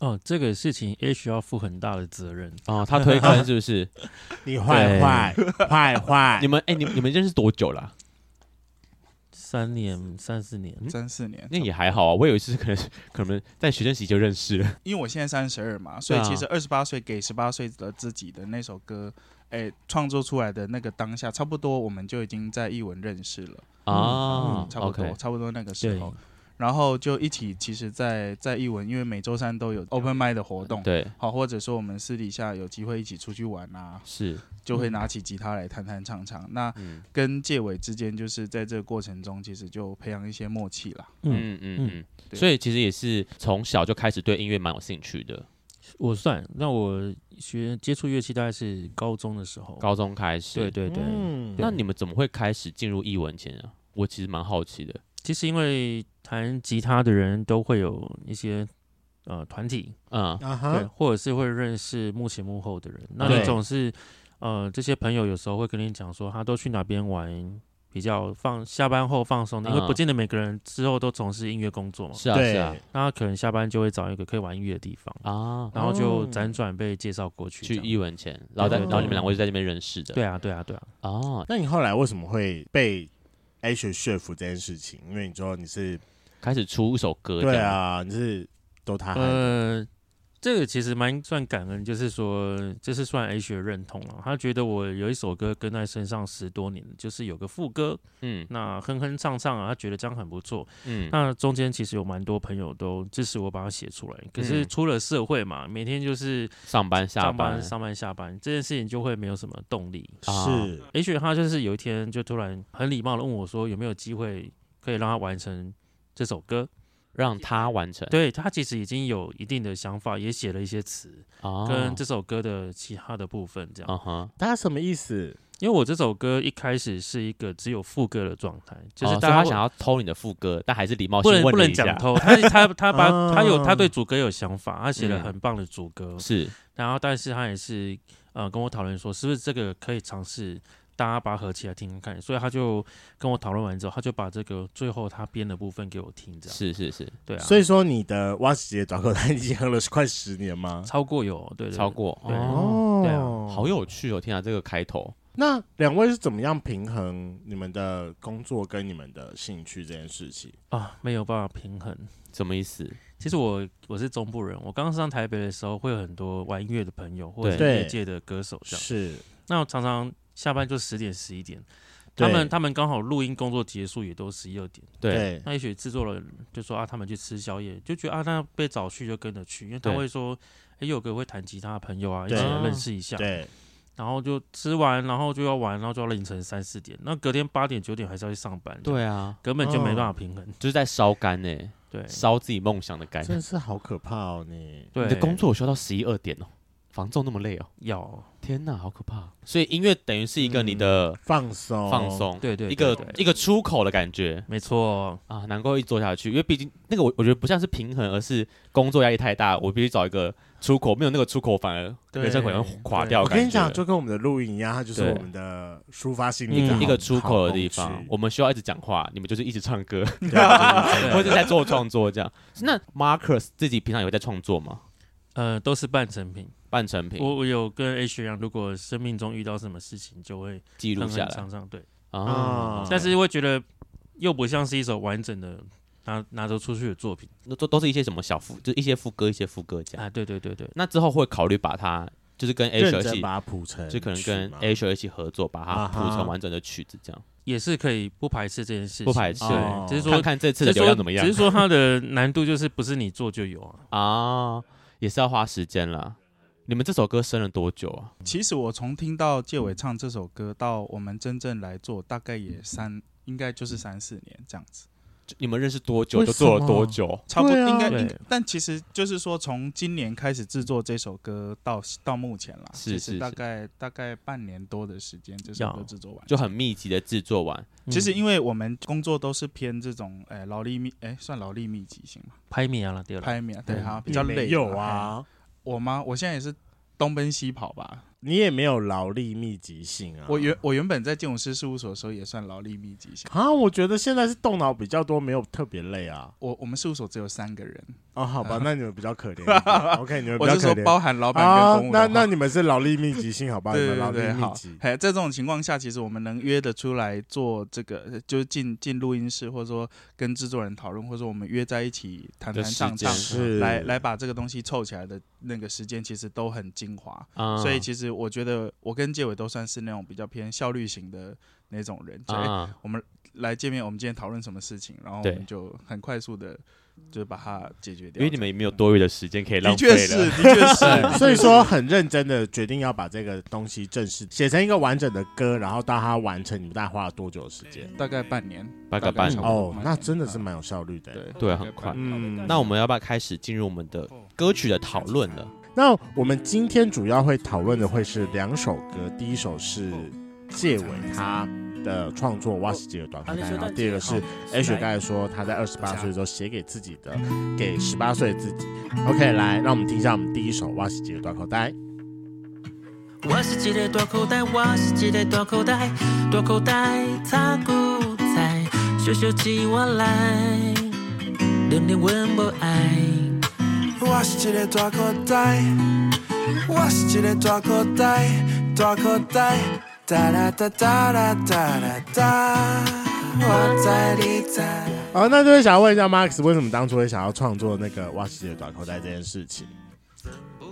Speaker 5: 哦，这个事情也需要负很大的责任。
Speaker 1: 哦，他 推坑是不是？
Speaker 2: 你坏坏坏坏
Speaker 1: 你！们哎、你你们认识多久啦、
Speaker 5: 三年、三四年，
Speaker 4: 三四年，
Speaker 1: 嗯那也还好啊，我有一次可能可能在学生时期就认识了。
Speaker 4: 因为我现在三十二嘛，所以
Speaker 1: 对啊
Speaker 4: 其实二十八岁给十八岁的自己的那首歌，哎，创作出来的那个当下，差不多我们就已经在译文认识了
Speaker 1: 啊、
Speaker 4: 嗯差不
Speaker 1: o
Speaker 4: 多
Speaker 1: k
Speaker 4: 差不多那个时
Speaker 5: 对
Speaker 4: 候，然后就一起，其实在，在译文，因为每周三都有 open m i 的活动，
Speaker 1: 对，
Speaker 4: 好，或者说我们私底下有机会一起出去玩啊，
Speaker 1: 是，
Speaker 4: 就会拿起吉他来弹弹唱唱。那
Speaker 1: 嗯
Speaker 4: 跟介伟之间，就是在这个过程中，其实就培养一些默契啦。
Speaker 5: 嗯，
Speaker 1: 嗯嗯嗯，
Speaker 4: 对
Speaker 1: 所以其实也是从小就开始对音乐蛮有兴趣的，
Speaker 5: 我算，那我学接触乐器大概是高中的时候。
Speaker 1: 高中开始。
Speaker 5: 哦对，对对，
Speaker 2: 嗯
Speaker 1: 那你们怎么会开始进入艺文前啊？我其实蛮好奇的。
Speaker 5: 其实因为弹吉他的人都会有一些呃团体，
Speaker 1: 嗯
Speaker 2: 啊
Speaker 5: 对，
Speaker 2: 哈，
Speaker 5: 或者是会认识幕前幕后的人。那
Speaker 2: 对
Speaker 5: 你总是呃这些朋友有时候会跟你讲说，他都去哪边玩。比较放下班后放松的，因为
Speaker 1: 嗯
Speaker 5: 不见得每个人之后都从事音乐工作嘛，
Speaker 1: 是啊，是啊
Speaker 2: 对，，
Speaker 5: 那他可能下班就会找一个可以玩音乐的地方，
Speaker 1: 啊，
Speaker 5: 然后就
Speaker 2: 哦
Speaker 5: 辗转被介绍过去
Speaker 1: 去
Speaker 5: 这样。
Speaker 1: 艺文前，然后在，
Speaker 5: 对
Speaker 1: 然后你们两位就在这边认识的。
Speaker 5: 对啊，对啊，对啊，
Speaker 1: 哦，
Speaker 2: 那你后来为什么会被 H 说服这件事情？因为你说你是
Speaker 1: 开始出一首歌。
Speaker 2: 对，啊，你是都
Speaker 1: 啊
Speaker 2: 他
Speaker 1: 嗯
Speaker 2: 害的
Speaker 5: 呃，这个其实蛮算感恩，就是说这是算 H 的认同啊了。他觉得我有一首歌跟在身上十多年，就是有个副歌，
Speaker 1: 嗯
Speaker 5: 那哼哼唱唱啊，他觉得这样很不错。
Speaker 1: 嗯，
Speaker 5: 那中间其实有蛮多朋友都支持我把它写出来，可是
Speaker 1: 嗯
Speaker 5: 出了社会嘛，每天就是
Speaker 1: 上班下
Speaker 5: 上
Speaker 1: 班
Speaker 5: 班、，上班、下班，这件事情就会没有什么动力。
Speaker 2: 是
Speaker 1: 啊
Speaker 5: H 他就是有一天就突然很礼貌的问我说，有没有机会可以让他完成这首歌？
Speaker 1: 让他完成。
Speaker 5: 对他其实已经有一定的想法，也写了一些词
Speaker 1: 哦，
Speaker 5: 跟这首歌的其他的部分这样。
Speaker 1: 嗯哼，
Speaker 2: 他什么意思？
Speaker 5: 因为我这首歌一开始是一个只有副歌的状态，就是
Speaker 1: 哦所以
Speaker 5: 大家
Speaker 1: 他
Speaker 5: 会
Speaker 1: 想要偷你的副歌，但还是礼貌
Speaker 5: 不
Speaker 1: 性
Speaker 5: 能
Speaker 1: 问
Speaker 5: 不
Speaker 1: 了
Speaker 5: 能
Speaker 1: 一下
Speaker 5: 讲。透，他他 他把
Speaker 2: 啊
Speaker 5: 他有他对主歌有想法，他写了
Speaker 1: 嗯
Speaker 5: 很棒的主歌，
Speaker 1: 是，
Speaker 5: 然后但是他也是呃跟我讨论说，是不是这个可以尝试大家把它合起来听听看，所以他就跟我讨论完之后，他就把这个最后他编的部分给我听，这样
Speaker 1: 是是是，
Speaker 5: 对啊，
Speaker 2: 所
Speaker 5: 以
Speaker 2: 以说你的蛙姐姐找口他已经喝了快十 年吗？
Speaker 5: 超过有对对对
Speaker 1: 超过
Speaker 5: 对
Speaker 1: 哦，
Speaker 5: 对啊
Speaker 1: 好有趣哦！天啊，这个开头
Speaker 2: 那两位是怎么样平衡你们的工作跟你们的兴趣这件事情？
Speaker 5: 啊没有办法平衡。
Speaker 1: 什么意思？
Speaker 5: 其实我我是中部人，我刚上台北的时候会有很多玩音乐的朋友或者是
Speaker 2: 对
Speaker 5: 业界的歌手这样，
Speaker 2: 是，
Speaker 5: 那我常常下班就十点十一点，
Speaker 2: 对
Speaker 5: 他们他们刚好录音工作结束也都十一二点，
Speaker 1: 对，
Speaker 5: 那也许制作人就说啊他们去吃宵夜，就觉得啊那被找去就跟着去，因为他
Speaker 1: 对
Speaker 5: 会说哎、有个会弹吉他的朋友啊，一起
Speaker 2: 对
Speaker 5: 来认识一下，
Speaker 2: 对，
Speaker 5: 然后就吃完然后就要玩，然后就要凌晨三四点，那隔天八点九点还是要去上班，，
Speaker 1: 对啊，
Speaker 5: 根本就
Speaker 2: 哦
Speaker 5: 没办法平衡，
Speaker 1: 就是在烧干呢，
Speaker 5: 对
Speaker 1: 烧自己梦想的干。
Speaker 2: 真是好可怕哦！你
Speaker 5: 对，
Speaker 1: 你的工作有需要到十一二点哦，防重那么累哦，
Speaker 5: 要
Speaker 1: 天哪，好可怕！嗯所以音乐等于是一个你的
Speaker 2: 放松，
Speaker 1: 放，松，
Speaker 5: 对对，
Speaker 1: 一个
Speaker 5: 对对
Speaker 1: 一个出口的感觉
Speaker 5: 没错，
Speaker 1: 啊，难怪一直做下去，因为毕竟那个我我觉得不像是平衡，而是工作压力太大，我必须找一个出口，没有那个出口反而
Speaker 4: 对
Speaker 1: 人生可能会垮掉
Speaker 2: 我
Speaker 1: 的感觉。
Speaker 2: 跟你讲，就跟我们的录影一样，它就是
Speaker 1: 对
Speaker 2: 我们的抒发心
Speaker 1: 一
Speaker 2: 灵
Speaker 1: 个
Speaker 2: 的
Speaker 1: 一个出口的地
Speaker 2: 好
Speaker 1: 方
Speaker 2: 工，具
Speaker 1: 我们需要一直讲话，你们就是一直唱歌，
Speaker 2: 对啊就是
Speaker 1: 或者在做创作这样。那 Marcus 自己平常有在创作吗？
Speaker 5: 呃，都是半成品。
Speaker 1: 半成品
Speaker 5: 我我有跟 H 一样，如果生命中遇到什么事情，就会
Speaker 1: 记录
Speaker 5: 哼
Speaker 1: 下
Speaker 5: 哼
Speaker 1: 来
Speaker 5: 唱唱，对，
Speaker 1: 啊
Speaker 2: 嗯，
Speaker 5: 但是会觉得又不像是一首完整的拿拿得出去的作品
Speaker 1: 那都都是一些什么小副，就一些副歌，一些副歌这样。
Speaker 5: 啊，对对对对，
Speaker 1: 那之后会考虑把它就是跟 H
Speaker 2: 哎认
Speaker 1: 一
Speaker 2: 真
Speaker 1: 起，
Speaker 2: 把它谱成曲
Speaker 1: 就
Speaker 2: 嘛，
Speaker 1: 可能跟 H 一起合作，把它
Speaker 2: 啊
Speaker 1: 谱
Speaker 2: 哈
Speaker 1: 成完整的曲子这样。
Speaker 5: 也是可以不排斥这件事情，
Speaker 1: 不排斥哦
Speaker 5: 对，只是
Speaker 1: 看
Speaker 5: 说。
Speaker 1: 看这次
Speaker 5: 只
Speaker 1: 的
Speaker 5: 是
Speaker 1: 流
Speaker 5: 说
Speaker 1: 量怎么样
Speaker 5: 只是说它的难度就是不是你做就有啊，
Speaker 1: 啊，也是要花时间啦。你们这首歌生了多久啊？
Speaker 4: 其实我从听到介伟唱这首歌到我们真正来做，大概也三，应该就是三四年这样子，
Speaker 1: 就你们认识多久
Speaker 2: 为
Speaker 1: 就做
Speaker 2: 什
Speaker 1: 了
Speaker 2: 么
Speaker 1: 多久？
Speaker 4: 差不多
Speaker 2: 对啊
Speaker 4: 应该。
Speaker 5: 对
Speaker 4: 应该但其实就是说，从今年开始制作这首歌到到目前啦，
Speaker 1: 是
Speaker 4: 其
Speaker 1: 是
Speaker 4: 实大概大概半年多的时间，这首歌制作完
Speaker 1: 就很密集的制作完，
Speaker 4: 其
Speaker 2: 嗯
Speaker 4: 实
Speaker 5: 为
Speaker 4: 因为我们工作都是偏这种，哎，劳力密，哎，算劳力密集型嘛，
Speaker 5: 拍米啊了，对了，
Speaker 4: 拍面对
Speaker 5: 嗯
Speaker 4: 哈，比较
Speaker 2: 你
Speaker 4: 累。
Speaker 2: 没有，啊，
Speaker 4: 我吗？我现在也是东奔西跑吧。
Speaker 2: 你也没有劳力密集性啊。
Speaker 4: 我原我原本在建筑师事务所的时候也算劳力密集型。
Speaker 2: 啊，我觉得现在是动脑比较多，没有特别累啊。
Speaker 4: 我我们事务所只有三个人，
Speaker 2: 哦，好吧，那你们比较可怜一 点。OK，你们比
Speaker 4: 我
Speaker 2: 较
Speaker 4: 是
Speaker 2: 可
Speaker 4: 说包
Speaker 2: 怜。
Speaker 4: 含老板跟
Speaker 2: 啊
Speaker 4: 公务，
Speaker 2: 那
Speaker 4: 员。
Speaker 2: 那你们是劳力密集性，好吧？你
Speaker 4: 对
Speaker 2: 们劳
Speaker 4: 对
Speaker 2: 力
Speaker 4: 对，
Speaker 2: 密
Speaker 4: 好
Speaker 2: 集。，
Speaker 4: 哎，在这种情况下，其实我们能约得出来做这个，就是进进录音室，或者说跟制作人讨论，或者说我们约在一起谈
Speaker 1: 的
Speaker 4: 谈
Speaker 1: 时
Speaker 4: 唱
Speaker 1: 间
Speaker 4: 唱，
Speaker 2: 是
Speaker 4: 来来把这个东西凑起来的那个时间，其实都很精华。
Speaker 1: 啊
Speaker 4: 所以其实我觉得我跟介伟都算是那种比较偏效率型的那种人，所以
Speaker 1: 啊，
Speaker 4: 我们来见面，我们今天讨论什么事情，然后我
Speaker 1: 对
Speaker 4: 们就很快速的就把它解决掉。
Speaker 1: 因为你们也没有多余的时间可以
Speaker 4: 这样
Speaker 1: 浪
Speaker 4: 的确
Speaker 1: 费
Speaker 4: 是，
Speaker 1: 了。
Speaker 4: 的确 是，
Speaker 2: 所以说，很认真的决定要把这个东西正式写成一个完整的歌，然后到它完成，你们大概花了多久的时间？
Speaker 4: 大概半年，
Speaker 1: 八个半
Speaker 4: 大概差不多
Speaker 2: 哦
Speaker 4: 半，年
Speaker 2: 那真的是蛮有效率的。
Speaker 4: 对
Speaker 1: 对很快
Speaker 2: 嗯
Speaker 1: 那我们要不要开始进入我们的歌曲的讨论了？
Speaker 2: 那我们今天主要会讨论的会是两首歌，第一首是谢伟他的创作《哇西杰的短片》，然啊后第二个是
Speaker 1: 哦
Speaker 2: H 刚才说他在二十八岁的时候写给自己的，给十八岁的自己。OK，来，
Speaker 1: 嗯
Speaker 2: 让我们听一下我们第一首《哇西杰的短口袋》。
Speaker 6: 我是一个大口袋，我是一个大口袋，大口袋插韭菜，小小一碗来，念念阮无爱。
Speaker 7: 我是一个大口袋，我是一个大口袋，大口袋，哒啦哒哒啦哒啦哒，我在你在。
Speaker 2: 好，那就会想要问一下 Max，为什么当初会想要创作那个《哇西杰的短口袋》这件事情？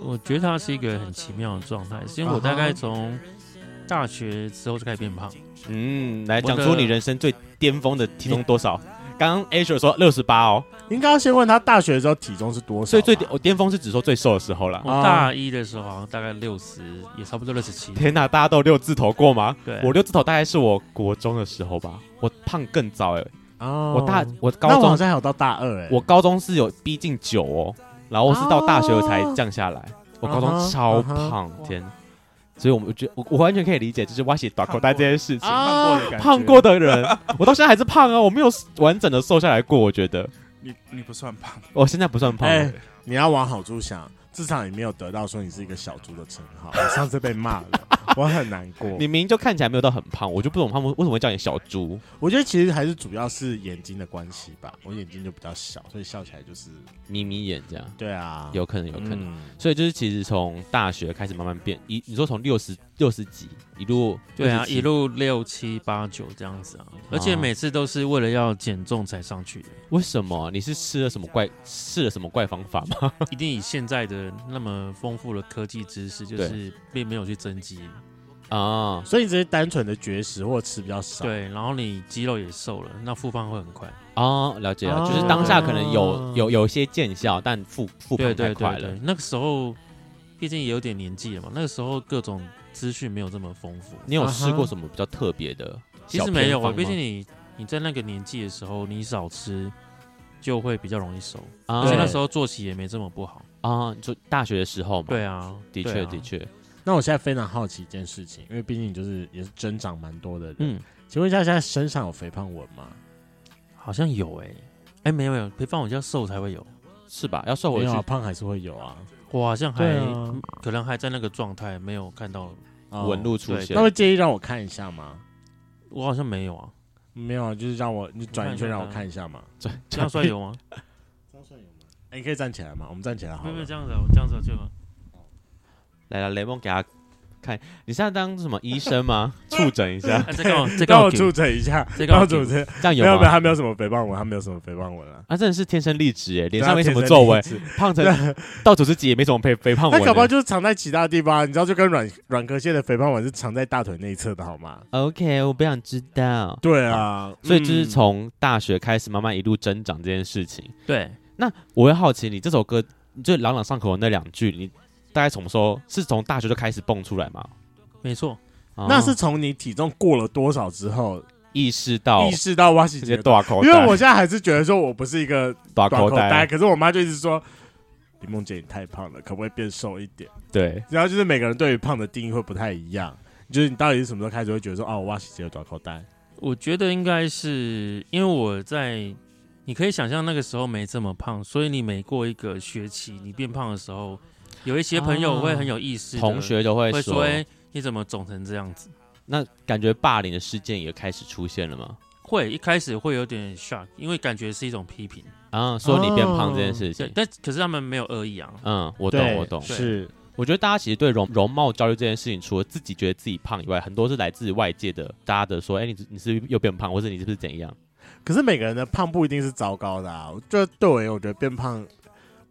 Speaker 5: 我觉得它是一个很奇妙的状态，是因为我大概从大学之后就开始变胖，
Speaker 1: 嗯，来
Speaker 5: 我
Speaker 1: 讲
Speaker 5: 的
Speaker 1: 出你人生最巅峰的体重多少？刚刚 Asher 说六十八哦，
Speaker 2: 应该要先问他大学的时候体重是多少吧？
Speaker 1: 所以最我巅峰是指说最瘦的时候啦。
Speaker 5: 我大一的时候好像大概六十，也差不多六十七。
Speaker 1: 天哪，大家都有六字头过吗？
Speaker 5: 对，
Speaker 1: 我六字头大概是我国中的时候吧，我胖更早哎、
Speaker 2: 哦
Speaker 1: 我大我
Speaker 2: 那
Speaker 1: 高
Speaker 2: 我好
Speaker 1: 中
Speaker 2: 像还有到大二哎、
Speaker 1: 我高中是有逼近九哦，然后我是到大学我才降下来，我高
Speaker 2: 啊
Speaker 1: 中
Speaker 2: 哈
Speaker 1: 超
Speaker 2: 啊哈
Speaker 1: 胖，天！所以我们觉得我我完全可以理解，就是挖起短口袋这件事情。
Speaker 2: 啊
Speaker 4: 胖过的感觉，
Speaker 1: 啊胖过，的人，我到现在还是胖啊，我没有完整的瘦下来过。我觉得
Speaker 4: 你你不算胖，
Speaker 1: 我现在不算胖，
Speaker 2: 哎、你要往好处想，至少你没有得到说你是一个小猪的称 号。我上次被骂了，我很难过。
Speaker 1: 你明明就看起来没有到很胖，我就不懂他们为什么会叫你小猪。
Speaker 2: 我觉得其实还是主要是眼睛的关系吧，我眼睛就比较小，所以笑起来就是
Speaker 1: 眯眯眼这样，
Speaker 2: 对啊，
Speaker 1: 有可能，有可能。
Speaker 2: 嗯
Speaker 1: 所以就是其实从大学开始慢慢变，一你说从六十六十几一路，
Speaker 5: 对啊，
Speaker 1: 67
Speaker 5: 一路六七八九这样子啊，而
Speaker 1: 哦
Speaker 5: 且每次都是为了要减重才 上去的，
Speaker 1: 为什么？你是吃了什么怪试了什么怪方法吗？
Speaker 5: 一定以现在的那么丰富的科技知识，就是并没有去增肌，
Speaker 1: 啊，
Speaker 2: 所以你只是单纯的绝食或吃比较少。，
Speaker 5: 对，然后你肌肉也瘦了，那复胖会很快，
Speaker 1: 哦，了解了，
Speaker 2: 哦
Speaker 1: 就是当下可能有有有一些见效，但复复
Speaker 5: 哦对
Speaker 1: 胖
Speaker 5: 对
Speaker 1: 太快
Speaker 5: 对
Speaker 1: 了
Speaker 5: 对。，那个时候毕竟也有点年纪了嘛，那个时候各种资讯没有这么丰富，
Speaker 1: 你有试
Speaker 2: 啊
Speaker 1: 过
Speaker 2: 哈
Speaker 1: 什么比较特别的
Speaker 5: 其
Speaker 1: 小偏方吗？
Speaker 5: 实没有啊，毕竟你你在那个年纪的时候，你少吃，就会比较容易熟，
Speaker 1: 啊
Speaker 5: 而且
Speaker 2: 对
Speaker 5: 那时候作息也没这么不好。
Speaker 1: 啊，你说大学的时候嘛，
Speaker 5: 对啊，
Speaker 1: 的
Speaker 5: 对
Speaker 1: 确
Speaker 5: 啊
Speaker 1: 的，确，
Speaker 2: 那我现在非常好奇一件事情，因为毕竟你就是也是增长蛮多的人，
Speaker 5: 嗯，
Speaker 2: 请问一下，现在身上有肥胖纹吗？
Speaker 5: 好像有哎、哎没有没有，肥胖我就要瘦才会有，
Speaker 1: 是吧？要瘦回
Speaker 2: 没
Speaker 1: 去
Speaker 2: 有啊，胖还是会有啊。
Speaker 5: 我好像还、
Speaker 2: 对啊
Speaker 5: 可能还在那个状态，没有看到，
Speaker 2: 哦
Speaker 1: 纹路出现
Speaker 2: 那，会介意让我看一下吗？
Speaker 5: 我好像没有 啊，
Speaker 2: 没有，啊，就是让我你转一圈让我看一下嘛。
Speaker 1: 对
Speaker 5: 这样算有吗？
Speaker 2: 哎你可以站起来吗？我们站起来好
Speaker 5: 没有没有
Speaker 2: 了
Speaker 5: 这。样子啊，我这样子我就
Speaker 1: 来了，雷蒙给他看，你现在当什么医生 吗？触诊一下，
Speaker 5: 哎这 个这
Speaker 2: 让我
Speaker 5: 个
Speaker 2: 出诊一下，
Speaker 5: 这个
Speaker 2: 让
Speaker 5: 我
Speaker 2: 我
Speaker 5: 给
Speaker 2: 主持。
Speaker 1: 这样
Speaker 2: 没有没有，
Speaker 1: 吗？
Speaker 2: 他没有什么肥胖纹，他没有什么肥胖纹啊。
Speaker 1: 啊，真的是天生丽质耶，脸
Speaker 2: 对
Speaker 1: 上
Speaker 2: 他
Speaker 1: 没什么
Speaker 2: 天生
Speaker 1: 皱纹
Speaker 2: 丽，质
Speaker 1: 胖成到九十几也没什么肥肥胖纹
Speaker 2: 他
Speaker 1: 耶。
Speaker 2: 搞不好就是藏在其他地方啊，你知道，就跟软软壳蟹的肥胖纹是藏在大腿内侧的好吗？
Speaker 1: OK，我不想知道。
Speaker 2: 对啊，
Speaker 1: 所以就是
Speaker 2: 嗯
Speaker 1: 从大学开始慢慢一路增长这件事情。
Speaker 5: 对，
Speaker 1: 那我会好奇，你这首歌就朗朗上口的那两句，你大概什么时候是从大学就开始蹦出来吗？
Speaker 5: 没错，
Speaker 1: 哦
Speaker 2: 那是从你体重过了多少之后
Speaker 1: 意识到
Speaker 2: 意识到挖洗
Speaker 1: 直
Speaker 2: 节
Speaker 1: 接大口
Speaker 2: 因
Speaker 1: 袋，
Speaker 2: 为我现在还是觉得说我不是一个
Speaker 1: 大
Speaker 2: 短
Speaker 1: 口
Speaker 2: 口袋，
Speaker 1: 袋，
Speaker 2: 可是我妈就一直说林梦姐你太胖了，可不可以变瘦一点？
Speaker 1: 对，
Speaker 2: 然后就是每个人对于胖的定义会不太一样，就是你到底是什么时候开始会觉得说哦，我挖洗节的短口袋？
Speaker 5: 我觉得应该是因为我在，你可以想象那个时候没这么胖，所以你每过一个学期你变胖的时候，有一些朋友会很有意思、
Speaker 1: 同学就会
Speaker 5: 啊会
Speaker 1: 说
Speaker 5: 说，，哎，你怎么肿成这样子？
Speaker 1: 那感觉霸凌的事件也开始出现了吗？
Speaker 5: 会一开始会有点 shock，因为感觉是一种批评，
Speaker 1: 啊，说你变胖这件事
Speaker 5: 对
Speaker 1: 情，，
Speaker 5: 但可是他们没有恶意啊，
Speaker 1: 嗯，我
Speaker 2: 哦对
Speaker 1: 懂，我懂。
Speaker 2: 是
Speaker 1: 我觉得大家其实对容容貌焦虑这件事情，除了自己觉得自己胖以外，很多是来自外界的大家的说，哎、你你是不是又变胖，或者你是不是怎样？
Speaker 2: 可是每个人的胖不一定是糟糕的啊。就对我而言，我觉得变胖，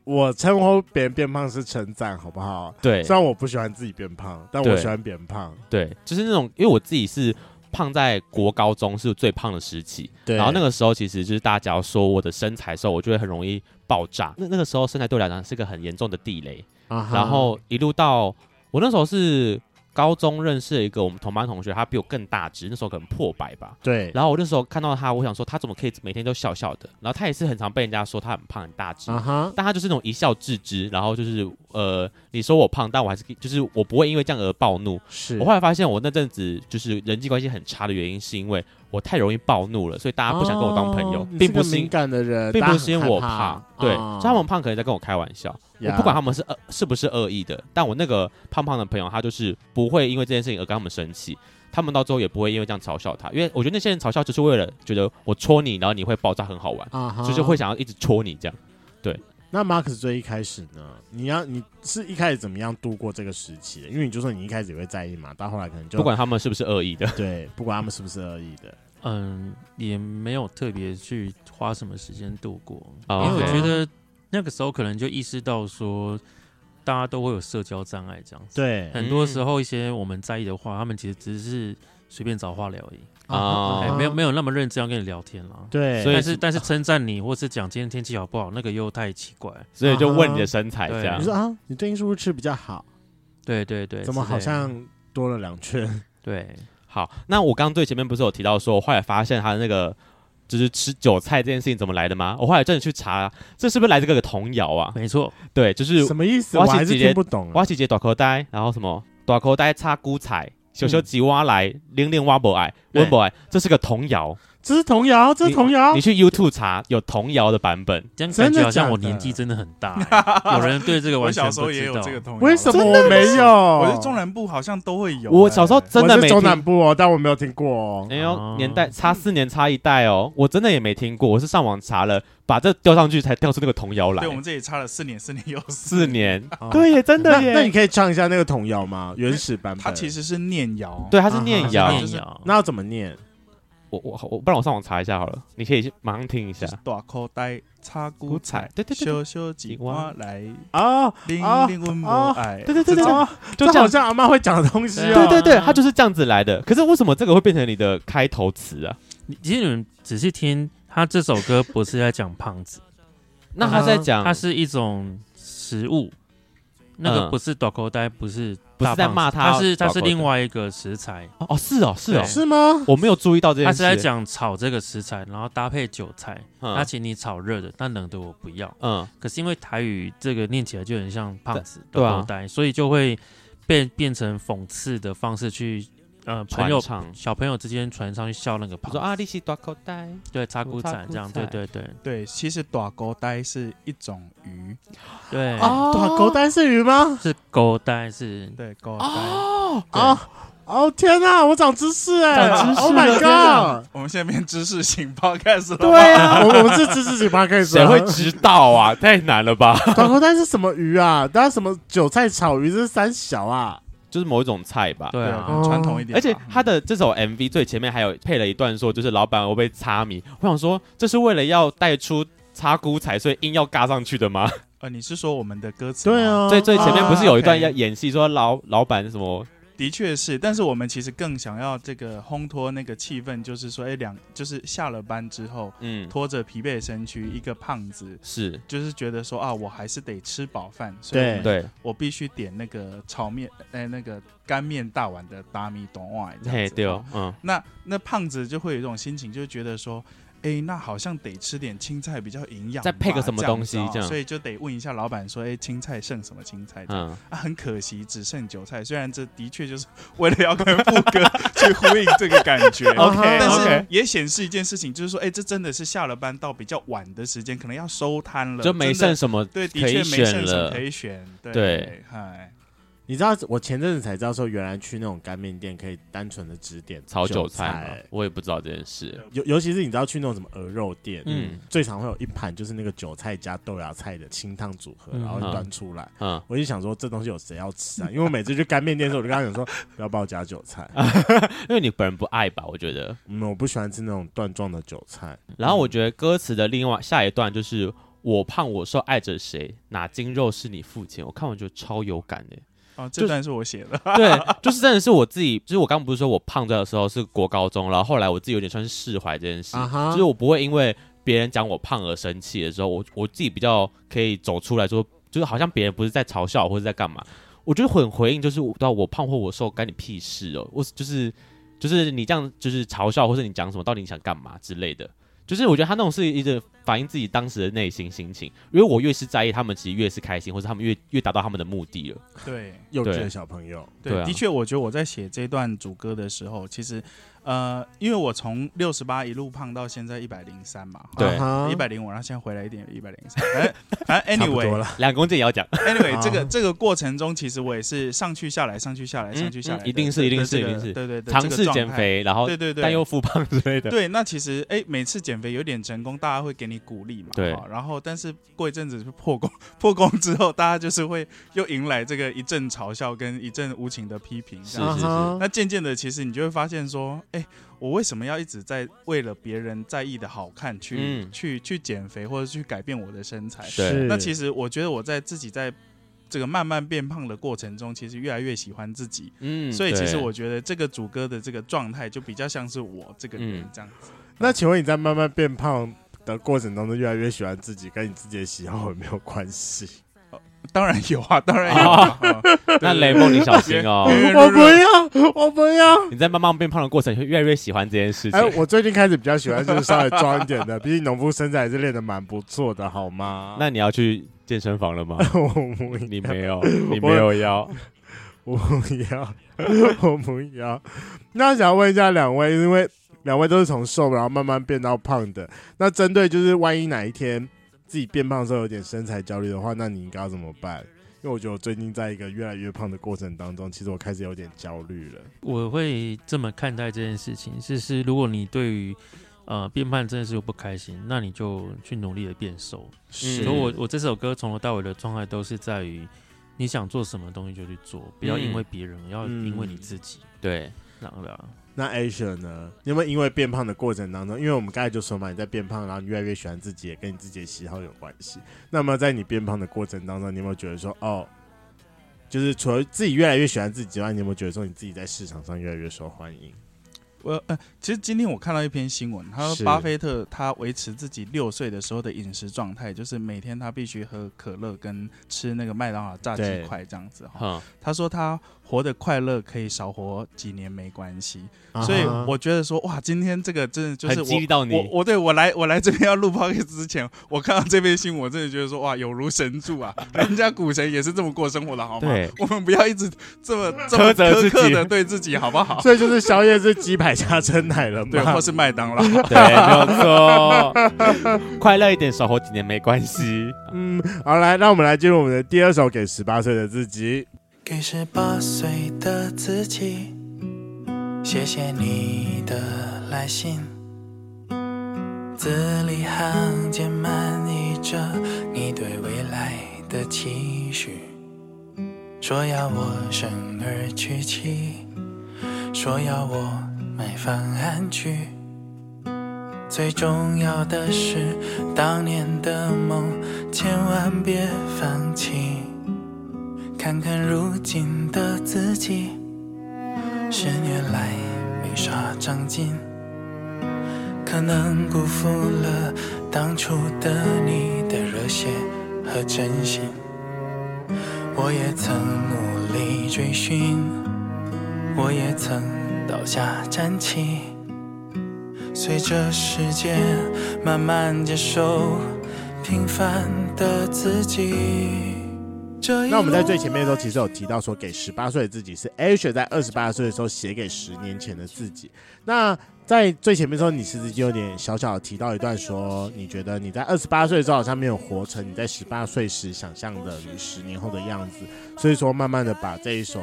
Speaker 2: 我称呼别人变胖是称赞，好不好？
Speaker 1: 对
Speaker 2: 虽然我不喜欢自己变胖，但我
Speaker 1: 对
Speaker 2: 喜欢别人胖。
Speaker 1: 对，就是那种，因为我自己是胖在国高中是最胖的时期，
Speaker 2: 对
Speaker 1: 然后那个时候其实就是大家只要说我的身材的时候，我就会很容易爆炸。那那个时候身材对我来讲是个很严重的地雷，
Speaker 2: 啊哈
Speaker 1: 然后一路到我那时候是高中认识了一个我们同班同学，他比我更大只，那时候可能破百吧。
Speaker 2: 对，
Speaker 1: 然后我那时候看到他，我想说他怎么可以每天都笑笑的？然后他也是很常被人家说他很胖很大只，
Speaker 2: 啊哈，
Speaker 1: 但他就是那种一笑置之，然后就是呃，你说我胖，但我还是就是我不会因为这样而暴怒。
Speaker 2: 是
Speaker 1: 我后来发现我那阵子就是人际关系很差的原因，是因为我太容易暴怒了，所以大家不想跟我当朋友，
Speaker 2: 哦你
Speaker 1: 并
Speaker 2: 是个
Speaker 1: 不是
Speaker 2: 敏
Speaker 1: 因。
Speaker 2: 感的人，
Speaker 1: 并
Speaker 2: 大家
Speaker 1: 不是因为我
Speaker 2: 很害
Speaker 1: 胖
Speaker 2: 怕，
Speaker 1: 对，所
Speaker 2: 啊
Speaker 1: 以他们胖可能在跟我开玩笑。我
Speaker 2: 呀
Speaker 1: 不管他们是恶是不是恶意的，但我那个胖胖的朋友，他就是不会因为这件事情而跟他们生气，他们到最后也不会因为这样嘲笑他，因为我觉得那些人嘲笑就是为了觉得我戳你，然后你会爆炸，很好玩，
Speaker 2: 啊哈，
Speaker 1: 就是会想要一直戳你这样。
Speaker 2: 那 Mark 最一开始呢？你要你是一开始怎么样度过这个时期的？因为你就说你一开始也会在意嘛，到后来可能就
Speaker 1: 不管他们是不是恶意的，
Speaker 2: 对，不管他们是不是恶意 的，
Speaker 5: 嗯，也没有特别去花什么时间度过，
Speaker 1: 哦
Speaker 5: 因为我
Speaker 1: OK
Speaker 5: 觉得那个时候可能就意识到说，大家都会有社交障碍这样子。
Speaker 2: 对
Speaker 5: 很多时候一些我们在意的话，他们其实只是随便找话聊而已，
Speaker 1: 啊
Speaker 5: 哎、没有没有那么认真要跟你聊天啦。
Speaker 2: 对，
Speaker 1: 所以
Speaker 5: 但是但是称赞你，或是讲今天天气好不好，那个又太奇怪。
Speaker 1: 所以就问你的身材这
Speaker 5: 啊
Speaker 1: 样
Speaker 2: 你。说啊，你最近是不是吃比较好？
Speaker 5: 对对对，
Speaker 2: 怎么
Speaker 5: 之类
Speaker 2: 好
Speaker 5: 的
Speaker 2: 像多了两圈？
Speaker 5: 对
Speaker 1: 好，那我刚刚最前面不是有提到说，我后来发现他的那个就是吃韭菜这件事情怎么来的吗？我后来真的去查，这是不是来自各个童谣啊？
Speaker 5: 没错，
Speaker 1: 对，就是
Speaker 2: 什么意思？
Speaker 1: 我
Speaker 2: 我
Speaker 1: 要去
Speaker 2: 还是
Speaker 1: 直接
Speaker 2: 听不懂啊。
Speaker 1: 挖起节大口袋，然后什么大口袋插菇菜，小小吉挖来，零零挖不爱，
Speaker 5: 对
Speaker 1: 温不爱，这是个童谣。
Speaker 2: 这是童谣，这是童谣
Speaker 1: 你。去 YouTube 查有童谣的版本，
Speaker 5: 这样
Speaker 2: 真
Speaker 5: 感
Speaker 2: 的
Speaker 5: 觉好像
Speaker 2: 假
Speaker 5: 我
Speaker 2: 的
Speaker 5: 年纪真的很大欸、有人对这个
Speaker 4: 我
Speaker 5: 完全
Speaker 4: 小
Speaker 5: 不
Speaker 4: 时候也
Speaker 5: 知
Speaker 4: 有
Speaker 5: 道
Speaker 4: 这。个童谣，
Speaker 2: 为什么我没有？
Speaker 4: 我
Speaker 2: 我
Speaker 4: 觉得中南部好像都会有欸。
Speaker 1: 哦我小时候真的
Speaker 2: 我
Speaker 1: 没
Speaker 2: 是
Speaker 1: 听
Speaker 2: 中。南部哦，但我没有听过哦。
Speaker 1: 哎呦
Speaker 5: 哦，
Speaker 1: 年代差四年差一代哦，我真的也没听过，我是上网查了，把这丢上去才调出那个童谣来
Speaker 4: 对，我。们这里差了四年，四年又 四。
Speaker 1: 四 年，
Speaker 5: 哦
Speaker 1: 啊对耶，哎真
Speaker 2: 那
Speaker 1: 的
Speaker 2: 那你
Speaker 1: 耶。
Speaker 2: 可以唱一下那个童谣吗？原始版本。
Speaker 4: 它其实是念谣，
Speaker 1: 对，它是
Speaker 2: 啊
Speaker 1: 念
Speaker 5: 他
Speaker 1: 谣
Speaker 5: 是，
Speaker 4: 就是
Speaker 5: 念谣，
Speaker 2: 那要怎么念？
Speaker 1: 我我我，不然我上网查一下好了，你可以去马上听一
Speaker 4: 就
Speaker 1: 下
Speaker 4: 是。大口袋插
Speaker 1: 菇
Speaker 4: 菇
Speaker 1: 啊菜
Speaker 4: 菜，，
Speaker 1: 对对对对
Speaker 4: 小小几瓜来，
Speaker 2: 哦，
Speaker 4: 零
Speaker 2: 啊
Speaker 4: 零温
Speaker 2: 啊
Speaker 4: 我爱。
Speaker 1: 对对对对，
Speaker 4: 这种
Speaker 1: 对就
Speaker 2: 这
Speaker 1: 这
Speaker 2: 好
Speaker 1: 样，
Speaker 2: 像阿妈会讲的东西
Speaker 5: 对
Speaker 2: 哦
Speaker 5: 啊。
Speaker 1: 对对对，它就是这样子来的。可是为什么这个会变成你的开头词啊？
Speaker 5: 你其实你们仔细听，他这首歌不是在讲胖子，
Speaker 1: 那他在讲
Speaker 2: 啊
Speaker 5: 它是一种食物，那
Speaker 1: 嗯
Speaker 5: 个不是短口袋，不是
Speaker 1: 不是
Speaker 5: 大
Speaker 1: 在
Speaker 5: 棒
Speaker 1: 骂
Speaker 5: 子
Speaker 1: 他
Speaker 5: 他是他
Speaker 1: 搞
Speaker 5: 是
Speaker 1: 怪
Speaker 5: 另
Speaker 1: 的
Speaker 5: 外一个食材，
Speaker 1: 哦，是哦，是哦，
Speaker 5: 对
Speaker 2: 是吗？
Speaker 1: 我没有注意到这
Speaker 5: 他
Speaker 1: 件
Speaker 5: 是
Speaker 1: 事。
Speaker 5: 在讲炒这个食材，然后搭配韭菜，
Speaker 1: 嗯
Speaker 5: 他请你炒热的，但冷的我不要。
Speaker 1: 嗯，
Speaker 5: 可是因为台语这个念起来就很像胖子
Speaker 1: 对啊
Speaker 5: 的口袋，所以就会变变成讽刺的方式去，呃，朋友
Speaker 1: 传唱
Speaker 5: 小朋友之间传上去笑那个
Speaker 1: 他
Speaker 5: 胖
Speaker 1: 说
Speaker 5: 子，
Speaker 1: 啊，利息短口袋，
Speaker 5: 对，插骨
Speaker 1: 插
Speaker 5: 仔
Speaker 1: 骨
Speaker 5: 这样，
Speaker 1: 仔
Speaker 5: 对对对
Speaker 4: 对，其实短钩呆是一种鱼，
Speaker 5: 对，
Speaker 1: 哦
Speaker 2: 哇，啊狗蛋是鱼吗？
Speaker 5: 是狗带是
Speaker 4: 对，钩呆。
Speaker 2: 啊哦天哪，我长知识哎
Speaker 1: 长知识
Speaker 2: ！Oh my
Speaker 1: 了天啊哪
Speaker 2: god！
Speaker 4: 我们现在变知识型 podcast 了，
Speaker 2: 对，啊， 我我们是知 识型 p o d c a
Speaker 1: 谁会知道 啊？太难了吧？
Speaker 2: 短口蛋是什么鱼啊？大家什么韭菜炒鱼？这是三小啊！
Speaker 1: 就是某一种菜吧。
Speaker 5: 对
Speaker 4: 啊，
Speaker 5: 啊，
Speaker 4: 更传统一点吧。
Speaker 1: 而且他的这首 MV 最前面还有配了一段说，就是老板我被擦迷。我想说，这是为了要带出擦姑彩，所以硬要尬上去的吗？
Speaker 4: 呃，你是说我们的歌词？
Speaker 2: 对，啊，
Speaker 1: 最最前面不是有一段要
Speaker 4: OK
Speaker 1: 演戏，说老老板什么
Speaker 4: 的确是，但是我们其实更想要这个烘托那个气氛，就是说，哎，两就是下了班之后，
Speaker 1: 嗯
Speaker 4: 拖着疲惫的身躯，一个胖子。
Speaker 1: 是
Speaker 4: 就是觉得说啊，我还是得吃饱饭，所以我
Speaker 2: 对
Speaker 4: 们
Speaker 1: 对
Speaker 4: 我必须点那个炒面，哎、那个干面大碗的大米短碗这样
Speaker 1: 嘿
Speaker 4: 子。
Speaker 1: 对哦嗯
Speaker 4: 那那胖子就会有一种心情，就觉得说，哎、那好像得吃点青菜比较营养吧，
Speaker 1: 再配个什么东西
Speaker 4: 这样子
Speaker 1: 这
Speaker 4: 哦，
Speaker 1: 样
Speaker 4: 所以就得问一下老板说，哎、青菜剩什么青菜？这样
Speaker 1: 嗯
Speaker 4: 啊，很可惜只剩韭菜，虽然这的确就是 为了要跟副歌去呼应这个感觉。
Speaker 2: OK，
Speaker 4: 但
Speaker 2: OK
Speaker 4: 是也显示一件事情，就是说，哎、这真的是下了班到比较晚的时间，可能要收摊了，
Speaker 1: 就没
Speaker 4: 真的
Speaker 1: 剩什么
Speaker 4: 对，的
Speaker 1: 可
Speaker 4: 确
Speaker 1: 以
Speaker 4: 没
Speaker 1: 选
Speaker 4: 剩什么
Speaker 1: 了
Speaker 4: 可，以选，对
Speaker 1: 对，
Speaker 4: 嗨，
Speaker 2: 你知道我前阵子才知道说，原来去那种干面店可以单纯的只点
Speaker 1: 炒
Speaker 2: 韭
Speaker 1: 韭菜嘛，我也不知道这件事。
Speaker 2: 尤尤其是你知道去那种什么鹅肉店，嗯，
Speaker 1: 嗯
Speaker 2: 最常会有一盘就是那个韭菜加豆芽菜的清汤组合，
Speaker 5: 嗯
Speaker 2: 然后端出来。
Speaker 1: 嗯，
Speaker 2: 我就想说，这东西有谁要吃啊？因为我每次去干面店的时候，我就跟他讲说， 不要帮我加韭菜，
Speaker 1: 啊因为你本人不爱吧，我觉得。
Speaker 2: 嗯，我不喜欢吃那种段状的韭菜。
Speaker 1: 然后我觉得歌词的另外下一段就是“我胖我瘦爱着谁，哪斤肉是你付钱”，我看完就超有感的、
Speaker 4: 哦，
Speaker 1: 就
Speaker 4: 这段是我写 的，
Speaker 1: 对，就是真的是我自己，就是我刚刚不是说我胖的时候是国高中，然后后来我自己有点算是释怀这件事，
Speaker 2: 啊哈
Speaker 1: 就是我不会因为别人讲我胖而生气的时候，我我自己比较可以走出来说，就是好像别人不是在嘲笑我或者在干嘛，我觉得很回应就是我到我胖或我瘦干你屁事哦，我就是就是你这样就是嘲笑或者你讲什么，到底你想干嘛之类的。就是我觉得他那种是一直反映自己当时的内心心情，因为我越是在意他们，其实越是开心，或者他们越越达到他们的目的了。
Speaker 4: 对。
Speaker 2: 幼稚的
Speaker 1: 对
Speaker 2: 小朋友，
Speaker 4: 对，
Speaker 1: 对啊
Speaker 4: 的确，我觉得我在写这段主歌的时候，其实，呃，因为我从六十八一路胖到现在一百零三嘛，
Speaker 1: 对
Speaker 2: 啊哈
Speaker 4: 一百零五，然后现在回来一点，一百零三， 反正 反正
Speaker 2: 差不
Speaker 4: anyway，
Speaker 2: 多了。
Speaker 1: 两公斤也要讲，
Speaker 4: Anyway，
Speaker 2: 啊
Speaker 4: 这个这个过程中，其实我也是上去下来，上去下来，
Speaker 1: 嗯
Speaker 4: 上去下来
Speaker 1: 嗯
Speaker 4: 的，
Speaker 1: 一定是
Speaker 4: 的
Speaker 1: 一定
Speaker 4: 的
Speaker 1: 是
Speaker 4: 这个
Speaker 1: 一定是
Speaker 4: 对对 对，
Speaker 1: 尝
Speaker 4: 这个
Speaker 1: 试
Speaker 4: 状
Speaker 1: 减
Speaker 4: 态。
Speaker 1: 肥，然后
Speaker 4: 对对对
Speaker 1: 但又复胖之类的。
Speaker 4: 对，那其实哎，每次减肥有点成功，大家会给你鼓励嘛。
Speaker 1: 对
Speaker 4: 好然后，但是过一阵子就破功， 破功之后，大家就是会又迎来这个一阵嘲笑跟一阵无情的批评。这
Speaker 1: 是
Speaker 4: 样
Speaker 2: 啊
Speaker 1: 是
Speaker 2: 哈
Speaker 4: 那渐渐的，其实你就会发现说，哎，我为什么要一直在为了别人在意的好看去、
Speaker 1: 嗯
Speaker 4: 去去减肥，或者去改变我的身材？
Speaker 1: 对
Speaker 2: 是
Speaker 4: 那其实我觉得我在自己在这个慢慢变胖的过程中，其实越来越喜欢自己，
Speaker 1: 嗯
Speaker 4: 所以其实
Speaker 1: 对
Speaker 4: 我觉得这个主歌的这个状态就比较像是我这个人
Speaker 1: 嗯
Speaker 4: 这样子。
Speaker 2: 那请问你在慢慢变胖的过程当中，越来越喜欢自己，跟你自己的喜好有没有关系？
Speaker 4: 当然有啊，当然有啊。啊
Speaker 1: 那雷梦你小心哦，
Speaker 4: 对对
Speaker 2: 我不要，我不要。
Speaker 1: 你在慢慢变胖的过程，你会越来越喜欢这件事情
Speaker 2: 哎。，我最近开始比较喜欢就是稍微壮一点的，毕竟农夫身材还是练得蛮不错的，好吗？
Speaker 1: 那你要去健身房了 吗？
Speaker 2: 我不要
Speaker 1: 你没有，你没有要。
Speaker 2: 我不要， 我不要。那想问一下两位，因为两位都是从瘦然后慢慢变到胖的，那针对就是万一哪一天自己变胖的时候有点身材焦虑的话，那你应该要怎么办？因为我觉得我最近在一个越来越胖的过程当中，其实我开始有点焦虑了。
Speaker 5: 我会这么看待这件事情，就是如果你对于呃变胖真的是有不开心，那你就去努力的变瘦。
Speaker 1: 是
Speaker 2: 嗯
Speaker 5: 所以我我这首歌从头到尾的状态都是在于你想做什么东西就去做，不要因为
Speaker 2: 嗯
Speaker 5: 别人，要因为你自己。
Speaker 1: 对，
Speaker 5: 当然，
Speaker 2: 那 Asia 呢？你有没有因为变胖的过程当中，因为我们刚才就说嘛，你在变胖，然后你越来越喜欢自己，也跟你自己的喜好有关系。那么在你变胖的过程当中，你有没有觉得说，哦，就是除了自己越来越喜欢自己之外，你有没有觉得说你自己在市场上越来越受欢迎？
Speaker 4: 我呃，其实今天我看到一篇新闻，他
Speaker 2: 是
Speaker 4: 说巴菲特他维持自己六岁的时候的饮食状态，就是每天他必须喝可乐跟吃那个麦当劳炸鸡
Speaker 2: 对
Speaker 4: 块这样子哈。
Speaker 1: 哼，
Speaker 4: 他说他活得快乐可以少活几年没关系，所以
Speaker 2: 啊哈
Speaker 4: 我觉得说哇，今天这个真的就是
Speaker 1: 很激
Speaker 4: 我
Speaker 1: 励到你
Speaker 4: 我我对我来我来这边要录 podcast 之前，我看到这篇新闻，我真的觉得说哇，有如神助 啊！人家股神也是这么过生活的好吗？
Speaker 1: 对，
Speaker 4: 我们不要一直这么这么
Speaker 1: 苛责自己
Speaker 4: 苛刻的对自己好不好？
Speaker 2: 所以就是宵夜是鸡排加蒸奶了
Speaker 4: 对，或
Speaker 2: 吗？
Speaker 4: 是麦当劳。
Speaker 1: 对，没有错， 快乐一点，少活几年没关系。
Speaker 2: 嗯，好，来，那我们来进入我们的第二首给十八岁的自己。
Speaker 7: 给十八岁的自己，谢谢你的来信，字里行间满溢着你对未来的期许，说要我生儿娶妻，说要我买房安居。最重要的是，当年的梦千万别放弃。看看如今的自己，十年来没啥长进，可能辜负了当初的你的热血和真心。我也曾努力追寻，我也曾倒下站起，随着时间慢慢接受平凡的自己。这一
Speaker 2: 那我们在最
Speaker 7: 路
Speaker 2: 前面的时候，其实有提到说，给十八岁的自己是 Asia 在二十八岁的时候写给十年前的自己。那在最前面的时候，你其实就有点小小的提到一段说，你觉得你在二十八岁的时候好像没有活成你在十八岁时想象的你十年后的样子，所以说慢慢的把这一首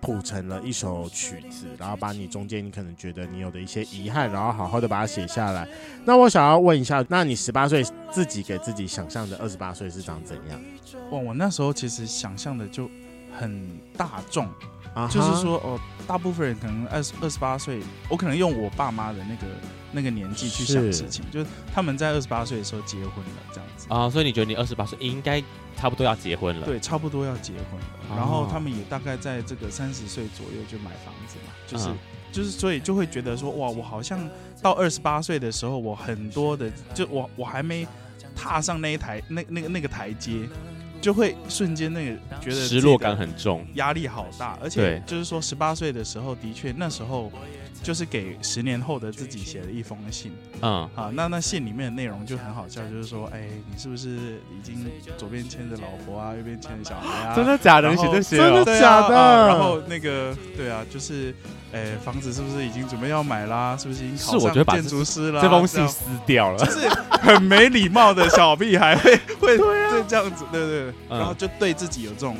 Speaker 2: 谱成了一首曲子，然后把你中间你可能觉得你有的一些遗憾，然后好好的把它写下来。那我想要问一下，那你十八岁自己给自己想象的二十八岁是长怎样？
Speaker 4: 哇，我那时候其实想象的就很大众，
Speaker 2: 啊哈
Speaker 4: 就是说哦，大部分人可能二十二十八岁，我可能用我爸妈的那个那个年纪去想
Speaker 2: 是
Speaker 4: 事情，就是他们在二十八岁的时候结婚了，这样子。
Speaker 1: 啊，所以你觉得你二十八岁应该差不多要结婚了？
Speaker 4: 对，差不多要结婚
Speaker 1: 啊
Speaker 4: 了，然后他们也大概在这个三十岁左右就买房子嘛，就是、
Speaker 1: 嗯
Speaker 4: 就是，所以就会觉得说，哇，我好像到二十八岁的时候，我很多的，就我我还没踏上那一台那那个那个台阶，就会瞬间那个觉得
Speaker 1: 失落感很重。
Speaker 4: 压力好大，而且就是说十八岁的时候，的确那时候就是给十年后的自己写了一封信，
Speaker 1: 嗯，
Speaker 4: 啊，那那信里面的内容就很好笑，就是说，哎，你是不是已经左边牵着老婆啊，右边牵着小孩啊？
Speaker 1: 的假
Speaker 4: 然后
Speaker 1: 哦
Speaker 2: 真的
Speaker 4: 对啊
Speaker 2: 假的
Speaker 4: 啊然后那个，对啊，就是，哎，房子是不是已经准备要买啦？是不是已经
Speaker 1: 是
Speaker 4: 考
Speaker 1: 我觉得
Speaker 4: 上
Speaker 1: 把
Speaker 4: 建筑师啦？
Speaker 1: 这封信
Speaker 4: 样
Speaker 1: 撕掉了
Speaker 4: 就。是 很没礼貌的小屁孩会会对啊这样子，对对对，
Speaker 1: 嗯
Speaker 4: 然后就对自己有这种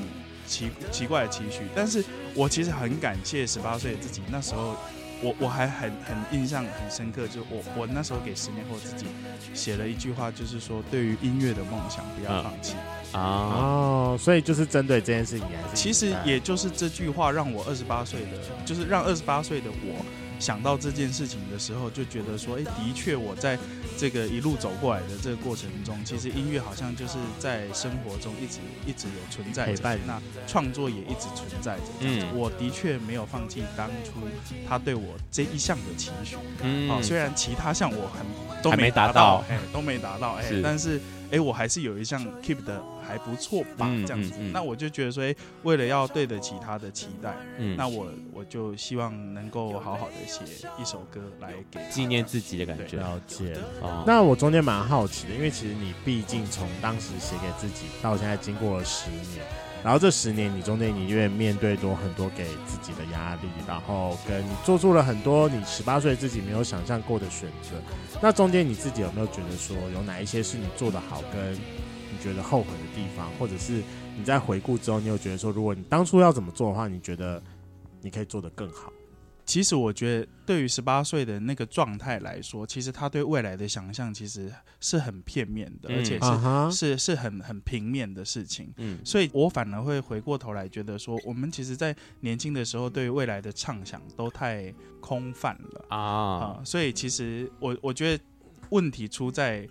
Speaker 4: 奇奇怪的期许。但是我其实很感谢十八岁的自己，那时候我我还很很印象很深刻，就是我我那时候给十年后自己写了一句话，就是说对于音乐的梦想不要
Speaker 1: 嗯
Speaker 4: 放弃。
Speaker 1: 啊，
Speaker 2: 哦，所以就是针对这件事情，你还是
Speaker 4: 其实也就是这句话让我二十八岁的，就是让二十八岁的我想到这件事情的时候，就觉得说，哎，的确我在这个一路走过来的这个过程中，其实音乐好像就是在生活中一直一直有存在
Speaker 2: 陪
Speaker 4: 着
Speaker 2: 伴，
Speaker 4: 那创作也一直存在着。
Speaker 1: 嗯
Speaker 4: 我的确没有放弃当初他对我这一项的期许。
Speaker 1: 嗯
Speaker 4: 啊，虽然其他项我很都
Speaker 1: 还没达
Speaker 4: 达
Speaker 1: 到
Speaker 4: 哎，都没达到，哎
Speaker 1: 是，
Speaker 4: 但是哎，我还是有一项 keep 的还不错吧
Speaker 1: 嗯，
Speaker 4: 这样子
Speaker 1: 嗯嗯。
Speaker 4: 那我就觉得说，哎，为了要对得起他的期待，
Speaker 1: 嗯
Speaker 4: 那我我就希望能够好好的写一首歌来给他
Speaker 1: 纪念自己的感觉。
Speaker 2: 了解。
Speaker 1: 哦，
Speaker 2: 那我中间蛮好奇的，因为其实你毕竟从当时写给自己到现在经过了十年，然后这十年你中间你因为面对多很多给自己的压力，然后跟你做出了很多你十八岁自己没有想象过的选择。那中间你自己有没有觉得说有哪一些是你做的好，跟你觉得后悔的地方，或者是你在回顾之后，你有觉得说如果你当初要怎么做的话，你觉得你可以做得更好？
Speaker 4: 其实我觉得，对于十八岁的那个状态来说，其实他对未来的想象其实是很片面的，
Speaker 1: 嗯
Speaker 4: 而且
Speaker 2: 啊
Speaker 4: 是
Speaker 2: 哈，
Speaker 4: 是是很很平面的事情。
Speaker 1: 嗯
Speaker 4: 所以我反而会回过头来觉得说，我们其实，在年轻的时候对未来的畅想都太空泛了
Speaker 1: 啊，
Speaker 4: 啊、所以其实我我觉得问题出在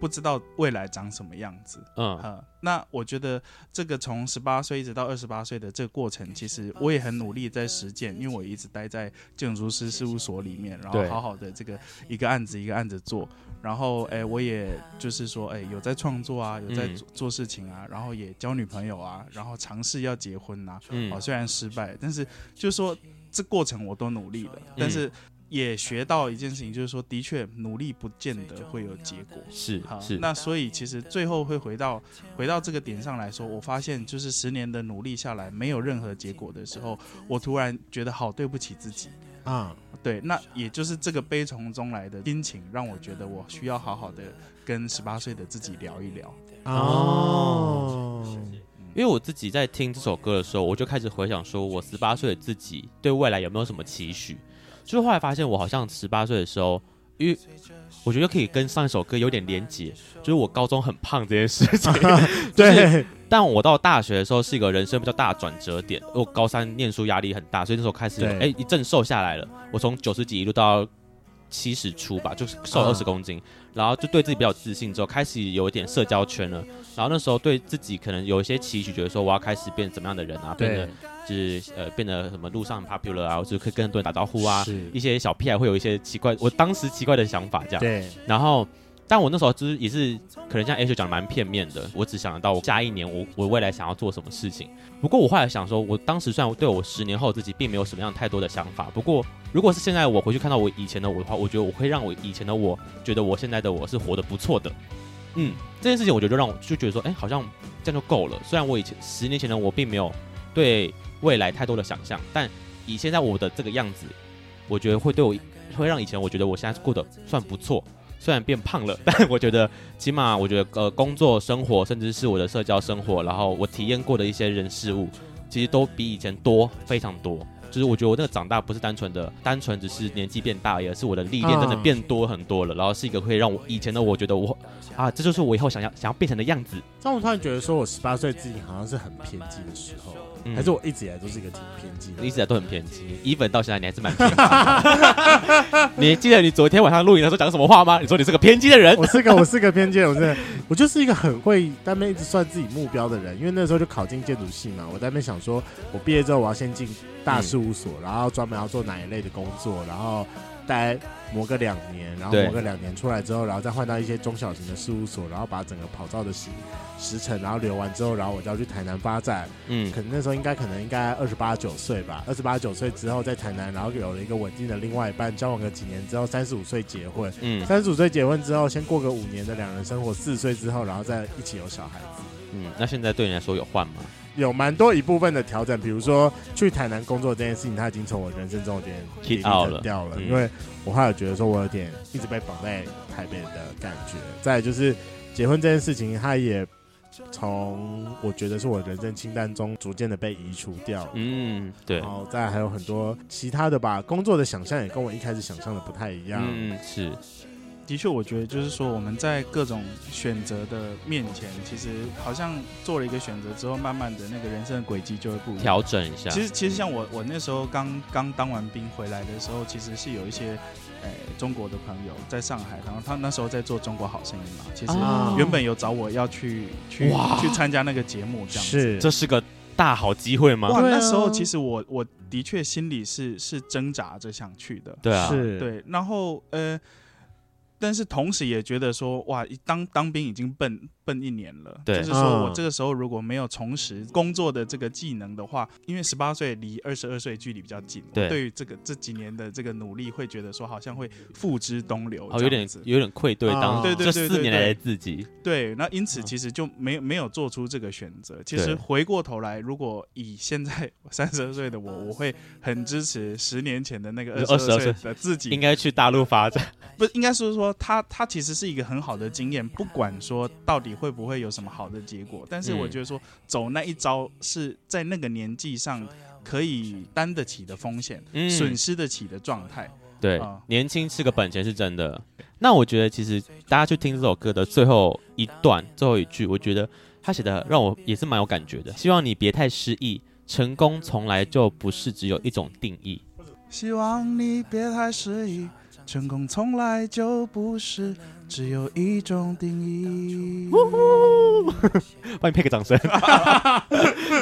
Speaker 4: 不知道未来长什么样子。
Speaker 1: 嗯
Speaker 4: 呃，那我觉得这个从十八岁一直到二十八岁的这个过程，其实我也很努力在实践，因为我一直待在建筑师事务所里面，然后
Speaker 1: 对
Speaker 4: 好好的这个一个案子一个案子做，然后哎，我也就是说哎有在创作啊，有在
Speaker 1: 嗯
Speaker 4: 做,、做事情啊，然后也交女朋友啊，然后尝试要结婚啊，
Speaker 1: 嗯
Speaker 4: 哦，虽然失败，但是就是说这过程我都努力了，但是也学到一件事情，就是说的确努力不见得会有结果。
Speaker 1: 是
Speaker 4: 好
Speaker 1: 是，，
Speaker 4: 那所以其实最后会回到回到这个点上来说，我发现就是十年的努力下来没有任何结果的时候，我突然觉得好对不起自己。
Speaker 2: 啊，
Speaker 4: 对，那也就是这个悲从中来的心情，让我觉得我需要好好的跟十八岁的自己聊一聊。
Speaker 2: 啊哦，
Speaker 1: 因为我自己在听这首歌的时候，我就开始回想说，我十八岁的自己对未来有没有什么期许？就是后来发现，我好像十八岁的时候，因为我觉得可以跟上一首歌有点连结，就是我高中很胖这件事情。就是
Speaker 2: 对，
Speaker 1: 但我到大学的时候是一个人生比较大的转折点，因为我高三念书压力很大，所以那时候开始有
Speaker 2: 对
Speaker 1: 哎一阵瘦下来了，我从九十几一路到七十出吧，就是瘦
Speaker 2: 嗯
Speaker 1: 二十公斤，然后就对自己比较有自信之后，开始有一点社交圈了，然后那时候对自己可能有一些期许，觉得说我要开始变怎么样的人啊，变得
Speaker 2: 对，
Speaker 1: 就是呃变得什么路上很 popular 啊，就是可以跟很多人打招呼啊，
Speaker 2: 是
Speaker 1: 一些小屁孩会有一些奇怪，我当时奇怪的想法这样。
Speaker 2: 对，
Speaker 1: 然后，但我那时候就是也是可能像 H 讲的蛮片面的，我只想得到我下一年我我未来想要做什么事情。不过我后来想说，我当时虽然对我十年后自己并没有什么样太多的想法，不过如果是现在我回去看到我以前的我的话，我觉得我会让我以前的我觉得我现在的我是活得不错的。嗯，这件事情我觉得让我就觉得说，哎，好像这样就够了。虽然我以前十年前的我并没有对未来太多的想象，但以现在我的这个样子，我觉得会对我会让以前我觉得我现在过得算不错。虽然变胖了， 但我觉得起码我觉得呃，工作、生活，甚至是我的社交生活，然后我体验过的一些人事物，其实都比以前多非常多。就是我觉得我那个长大不是单纯的，单纯只是年纪变大而已，而是我的历练真的
Speaker 2: 嗯
Speaker 1: 变多很多了。然后是一个可以让我以前的我觉得我啊，这就是我以后想要想要变成的样子。
Speaker 2: 但我突然觉得说我十八岁自己好像是很偏激的时候，
Speaker 1: 嗯
Speaker 2: 还是我一直以来都是一个挺偏激的
Speaker 1: 一
Speaker 2: 人。
Speaker 1: 直以来都很偏激，even 到现在你还是蛮偏激的。你记得你昨天晚上录影的时候讲什么话吗？你说你是个偏激的人。
Speaker 2: 我是个我是个偏见，我是我就是一个很会在那边一直算自己目标的人，因为那时候就考进建筑系嘛，我在那边想说，我毕业之后我要先进大事务
Speaker 1: 嗯
Speaker 2: 所，然后专门要做哪一类的工作，然后待磨个两年，然后
Speaker 1: 对
Speaker 2: 磨个两年出来之后，然后再换到一些中小型的事务所，然后把整个跑照的时时程，然后留完之后，然后我就要去台南发展，
Speaker 1: 嗯
Speaker 2: 可能那时候应该可能应该二十八九岁吧，二十八九岁之后在台南，然后有了一个稳定的另外一半，交往个几年之后，三十五岁结婚。
Speaker 1: 嗯
Speaker 2: 三十五岁结婚之后，先过个五年的两人生活，四十岁之后，然后再一起有小孩子，
Speaker 1: 嗯，那现在对你来说有换吗？
Speaker 2: 有蛮多一部分的调整，比如说去台南工作这件事情，它已经从我人生中有点
Speaker 1: Kick out 了
Speaker 2: 掉了，
Speaker 1: 嗯
Speaker 2: 因为我后来觉得说我有点一直被绑在台北的感觉。再来就是结婚这件事情，它也从我觉得是我人生清单中逐渐的被移除掉了。
Speaker 1: 嗯，对
Speaker 2: 然，后再来还有很多其他的吧，工作的想象也跟我一开始想象的不太一样。
Speaker 1: 嗯是，
Speaker 4: 的确，我觉得就是说，我们在各种选择的面前，其实好像做了一个选择之后，慢慢的那个人生的轨迹就会不一样。
Speaker 1: 调整一下。嗯
Speaker 4: 其实其实像我我那时候刚刚当完兵回来的时候，其实是有一些，呃，中国的朋友在上海，然后他那时候在做《中国好声音》嘛，其实
Speaker 2: 哦
Speaker 1: 啊
Speaker 4: 原本有找我要去去
Speaker 1: 哇
Speaker 4: 去参加那个节目这样子。
Speaker 2: 是，
Speaker 1: 这是个大好机会吗？
Speaker 4: 哇，
Speaker 2: 对啊
Speaker 4: 那时候其实我我的确心里是是挣扎着想去的，
Speaker 1: 对啊，
Speaker 2: 是，
Speaker 4: 对，然后呃，但是同时也觉得说，哇，一当当兵已经笨笨一年了，
Speaker 1: 对
Speaker 4: 就是说我
Speaker 2: 嗯
Speaker 4: 这个时候如果没有重拾工作的这个技能的话，因为十八岁离二十二岁距离比较近，我
Speaker 1: 对
Speaker 4: 对于这个这几年的这个努力，会觉得说好像会付之东流，
Speaker 1: 哦，有点
Speaker 4: 子。
Speaker 1: 有点愧对当
Speaker 2: 啊对对
Speaker 1: 这
Speaker 4: 对
Speaker 1: 四
Speaker 4: 对
Speaker 1: 年来的
Speaker 4: 对
Speaker 1: 自己，
Speaker 4: 对，那因此其实就没有没有做出这个选择。其
Speaker 1: 对
Speaker 4: 实回过头来，如果以现在 三十二岁的我，我会很支持十年前的那个二
Speaker 1: 22
Speaker 4: 十二岁
Speaker 1: 岁
Speaker 4: 的自己
Speaker 1: 应该去大陆发展。
Speaker 4: 不应该是说他他其实是一个很好的经验，不管说到底会不会有什么好的结果，但是
Speaker 1: 嗯
Speaker 4: 我觉得说走那一招是在那个年纪上可以担得起的风险，
Speaker 1: 嗯
Speaker 4: 损失得起的状态。
Speaker 1: 对，
Speaker 2: 嗯
Speaker 4: 啊
Speaker 1: 年轻是个本钱是真的。那我觉得其实大家去听这首歌的最后一段、最后一句，我觉得他写的让我也是蛮有感觉的。希望你别太失意，成功从来就不是只有一种定义。
Speaker 4: 希望你别太失意，成功从来就不是只有一种定义。
Speaker 1: 帮你配个掌 声。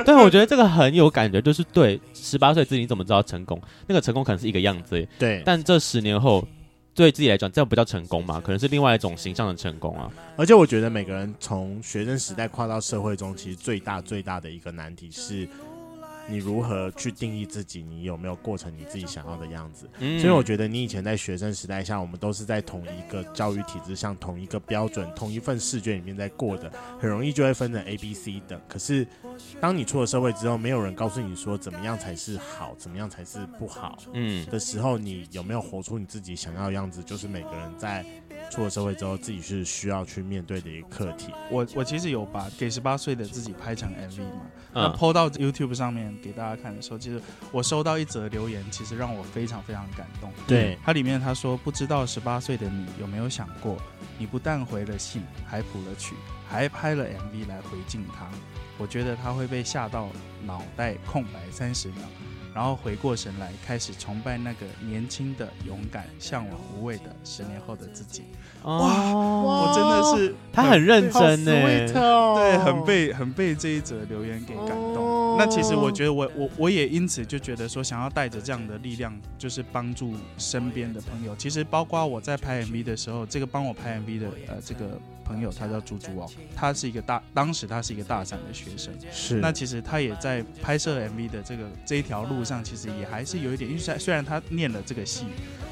Speaker 1: 对，我觉得这个很有感觉，就是对十八岁自己你怎么知道成功？那个成功可能是一个样子，
Speaker 2: 对，
Speaker 1: 但这十年后对自己来讲，这样不叫成功嘛？可能是另外一种形象的成功啊。
Speaker 2: 而且我觉得每个人从学生时代跨到社会中，其实最大最大的一个难题是，你如何去定义自己，你有没有过成你自己想要的样子。
Speaker 1: 嗯
Speaker 2: 所以我觉得你以前在学生时代下，我们都是在同一个教育体制上、同一个标准、同一份试卷里面在过的，很容易就会分成 A、B、C 等。可是当你出了社会之后，没有人告诉你说怎么样才是好，怎么样才是不好
Speaker 1: 嗯，
Speaker 2: 的时候，你有没有活出你自己想要的样子，就是每个人在出了社会之后自己是需要去面对的一个课题。
Speaker 4: 我我其实有把给十八岁的自己拍成 MV 嘛，那
Speaker 1: 嗯
Speaker 4: PO 到 YouTube 上面给大家看的时候，其实我收到一则留言，其实让我非常非常感动。
Speaker 2: 对
Speaker 4: 它里面他说，不知道十八岁的你有没有想过，你不但回了信，还谱了曲，还拍了 MV 来回敬他。我觉得他会被吓到脑袋空白三十秒，然后回过神来，开始崇拜那个年轻的、勇敢、向往无畏的十年后的自己。
Speaker 1: 哇，
Speaker 4: 我真的是
Speaker 1: 他很认真呢、
Speaker 4: 对，很被很被这一则留言给感动。
Speaker 2: 哦
Speaker 4: 那其实我觉得我我我也因此就觉得说，想要带着这样的力量，就是帮助身边的朋友。其实包括我在拍 MV 的时候，这个帮我拍 MV 的呃这个朋友，他叫猪猪哦，他是一个大当时他是一个大三的学生。
Speaker 2: 是
Speaker 4: 那其实他也在拍摄 MV 的这个这一条路上，其实也还是有一点，因为虽虽然他念了这个戏，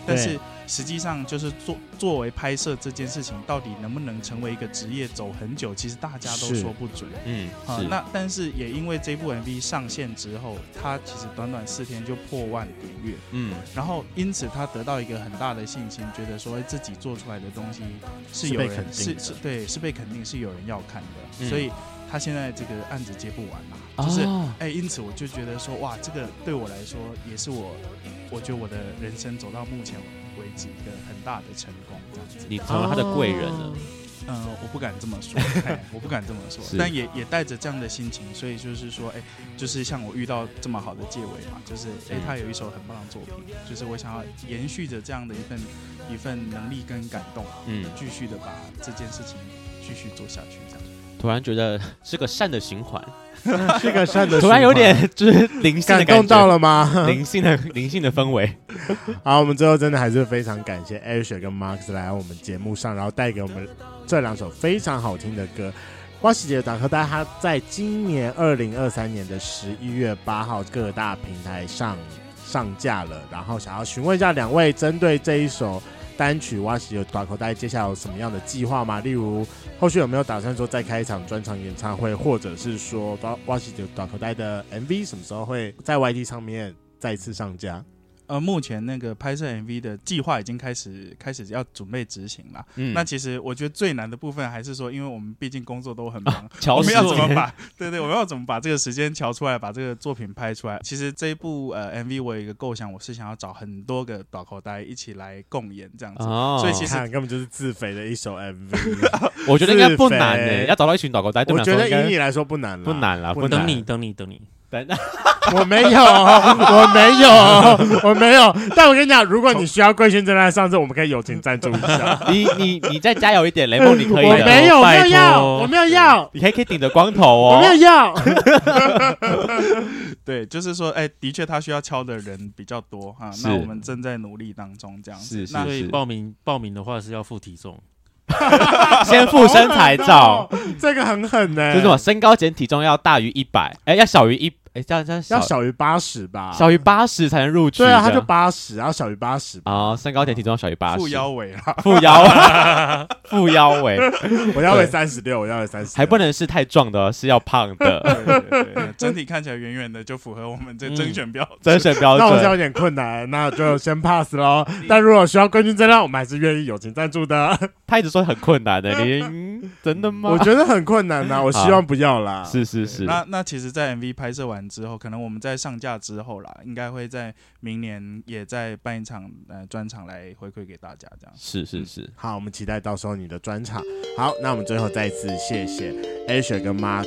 Speaker 4: 但是实际上就是作作为拍摄这件事情，到底能不能成为一个职业走很久，其实大家都
Speaker 2: 是
Speaker 4: 说不准。
Speaker 1: 嗯，
Speaker 4: 啊
Speaker 1: 是，
Speaker 4: 那但是也因为这部 MV 上线之后，他其实短短四天就破万点阅，
Speaker 1: 嗯
Speaker 4: 然后因此他得到一个很大的信心，觉得说哎自己做出来的东西是
Speaker 2: 是
Speaker 4: 有
Speaker 2: 被
Speaker 4: 人
Speaker 2: 肯定
Speaker 4: 是
Speaker 2: 的
Speaker 4: 是对是被肯定是有人要看的，
Speaker 1: 嗯
Speaker 4: 所以他现在这个案子接不完嘛，就是、
Speaker 1: 哦
Speaker 4: 哎，因此我就觉得说哇，这个对我来说也是我，我觉得我的人生走到目前为止一个很大的成功这样子。
Speaker 1: 你成了他的贵人了。
Speaker 4: 嗯、我不敢这么 说，哎我不敢这么说
Speaker 1: 是，
Speaker 4: 但也也带着这样的心情，所以就是说，哎，就是像我遇到这么好的结尾嘛，就是哎
Speaker 1: 嗯，
Speaker 4: 他有一首很棒的作品，就是我想要延续着这样的一份一份能力跟感动，啊
Speaker 1: 嗯，
Speaker 4: 继续的把这件事情继续做下去，这样。
Speaker 1: 突然觉得是个善的循 环，
Speaker 2: 是个善 的，
Speaker 1: 突然有点就是灵性的
Speaker 2: 感
Speaker 1: 感
Speaker 2: 动到
Speaker 1: 觉，
Speaker 2: 了吗？
Speaker 1: 灵性的灵性的氛围。
Speaker 2: 好，我们最后真的还是非常感谢 Ash 跟 Max 来到我们节目上，然后带给我们这两首非常好听的歌。瓜西姐的达克大，它在今年二零二三年的十一月八号各大平台上上架了。然后想要询问一下两位，针对这一首单曲《瓜西姐的口袋》，接下来有什么样的计划吗？例如后续有没有打算说再开一场专场演唱会，或者是说瓜瓜西姐的口袋的 MV 什么时候会在 YT 上面再次上架？
Speaker 4: 呃，目前那个拍摄 MV 的计划已经开始开始要准备执行了。
Speaker 1: 嗯，
Speaker 4: 那其实我觉得最难的部分还是说，因为我们毕竟工作都很忙，
Speaker 1: 乔
Speaker 4: 我们要
Speaker 1: 氏
Speaker 4: 怎么把对对，我们要怎么把这个时间调出来，把这个作品拍出来？其实这一部呃 MV 我有一个构想，我是想要找很多个短口袋一起来共演这样子。
Speaker 1: 哦，
Speaker 4: 所以其实
Speaker 2: 看根本就是自肥的一首 MV。
Speaker 1: 我觉得应该不难
Speaker 2: 自
Speaker 1: 呢，
Speaker 2: 肥
Speaker 1: 要找到一群导购，大家
Speaker 2: 我觉得以
Speaker 1: 应
Speaker 2: 你来说不难了，
Speaker 1: 该不，难啦，
Speaker 2: 不
Speaker 1: 不
Speaker 2: 难
Speaker 5: 等你，等你，等你，
Speaker 1: 等
Speaker 2: 我没有，我没有，我没有。但我跟你讲，如果你需要贵圈真爱上阵，我们可以友情赞助 一下。 哦
Speaker 1: 你你你再加油一点，雷梦，你
Speaker 2: 我
Speaker 1: 可以的，
Speaker 2: 没有，我没
Speaker 5: 拜
Speaker 2: 有
Speaker 5: 托
Speaker 2: 要，我没有要，
Speaker 1: 你可以可以顶着光头哦
Speaker 2: 我没。有要。
Speaker 4: 对，就是说，哎，的确他需要敲的人比较多哈、
Speaker 1: 是
Speaker 4: 那我们正在努力当中这样子。
Speaker 1: 是
Speaker 4: 那
Speaker 5: 所以
Speaker 1: 是
Speaker 5: 报名报名的话是要付体重，
Speaker 1: 先附身材 照，
Speaker 2: 这个很狠呢、
Speaker 1: 就是什么身高减体重要大于一百，哎，要小于一，哎，这样这样小
Speaker 2: 要小于八十吧？
Speaker 1: 小于八十才能入去。
Speaker 2: 对啊，他就
Speaker 1: 这样
Speaker 2: 八十，然后小于八十。
Speaker 1: 哦，身高减体重要小于八十，
Speaker 4: 束腰围 啦，
Speaker 1: 腹腰，腹腰围，
Speaker 2: 我要为
Speaker 1: 对
Speaker 2: 三十六，我要为三十，
Speaker 1: 还不能是太壮的哦，是要胖 的，
Speaker 4: 对整体看起来圆圆的，就符合我们这甄选标
Speaker 1: 嗯
Speaker 4: 准。
Speaker 1: 甄选标
Speaker 2: 那我是有
Speaker 1: 准。
Speaker 2: 点困难，那就先 pass 喽。但如果需要冠军真爱，我们还是愿意友情 赞助的。
Speaker 1: 他一直说很困难的，你嗯真的
Speaker 2: 我
Speaker 1: 吗？
Speaker 2: 觉得很困难呐、我希望不要啦。
Speaker 1: 是是是，
Speaker 4: 那那其实，在 MV 拍摄完之后，可能我们在上架之后啦，应该会在明年也在办一场呃专场来回馈给大家这样。
Speaker 1: 是是是，
Speaker 2: 好，我们期待到时候你的专场。好，那我们最后再次谢谢 Asia 跟 Max。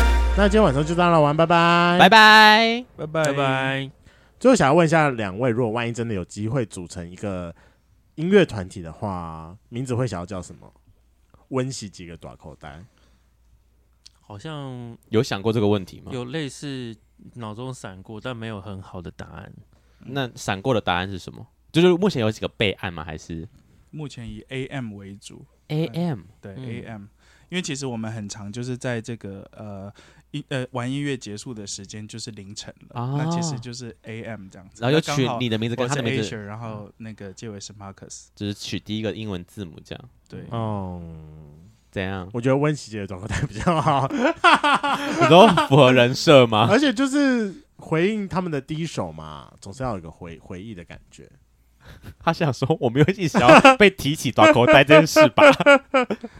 Speaker 2: 那今天晚上就到这了，玩，拜拜，
Speaker 1: 拜。拜。
Speaker 4: 拜拜
Speaker 5: 拜拜。
Speaker 2: 最后想要问一下两位，如果万一真的有机会组成一个音乐团体的话，名字会想要叫什么？温习几个短口袋，
Speaker 5: 好像
Speaker 1: 有想过这个问题吗？
Speaker 5: 有类似脑中闪过，但没有很好的答案。
Speaker 1: 那闪过的答案是什么？就是目前有几个备案吗？还是
Speaker 4: 目前以 AM 为主，
Speaker 1: AM？
Speaker 4: 对、
Speaker 5: 嗯
Speaker 4: AM，因为其实我们很常就是在这个呃音呃玩音乐结束的时间就是凌晨了，
Speaker 1: 啊
Speaker 4: 那其实就是 AM 这样子。
Speaker 1: 然后就
Speaker 4: 那
Speaker 1: 取
Speaker 4: 刚好
Speaker 1: 你的名字跟
Speaker 4: 我
Speaker 1: 他
Speaker 4: 是
Speaker 1: 的名字，
Speaker 4: Asher，然后那个结尾是 Marcus，
Speaker 1: 就是取第一个英文字母这样。
Speaker 4: 对，
Speaker 2: 哦、？
Speaker 1: 怎样
Speaker 2: 我觉得温习几个短口袋比较好，
Speaker 1: 你都符合人设吗？
Speaker 2: 而且就是回应他们的第一首嘛，总是要有一个回回忆的感觉。
Speaker 1: 他想说，我没有一直想要被提起短口袋这件事吧？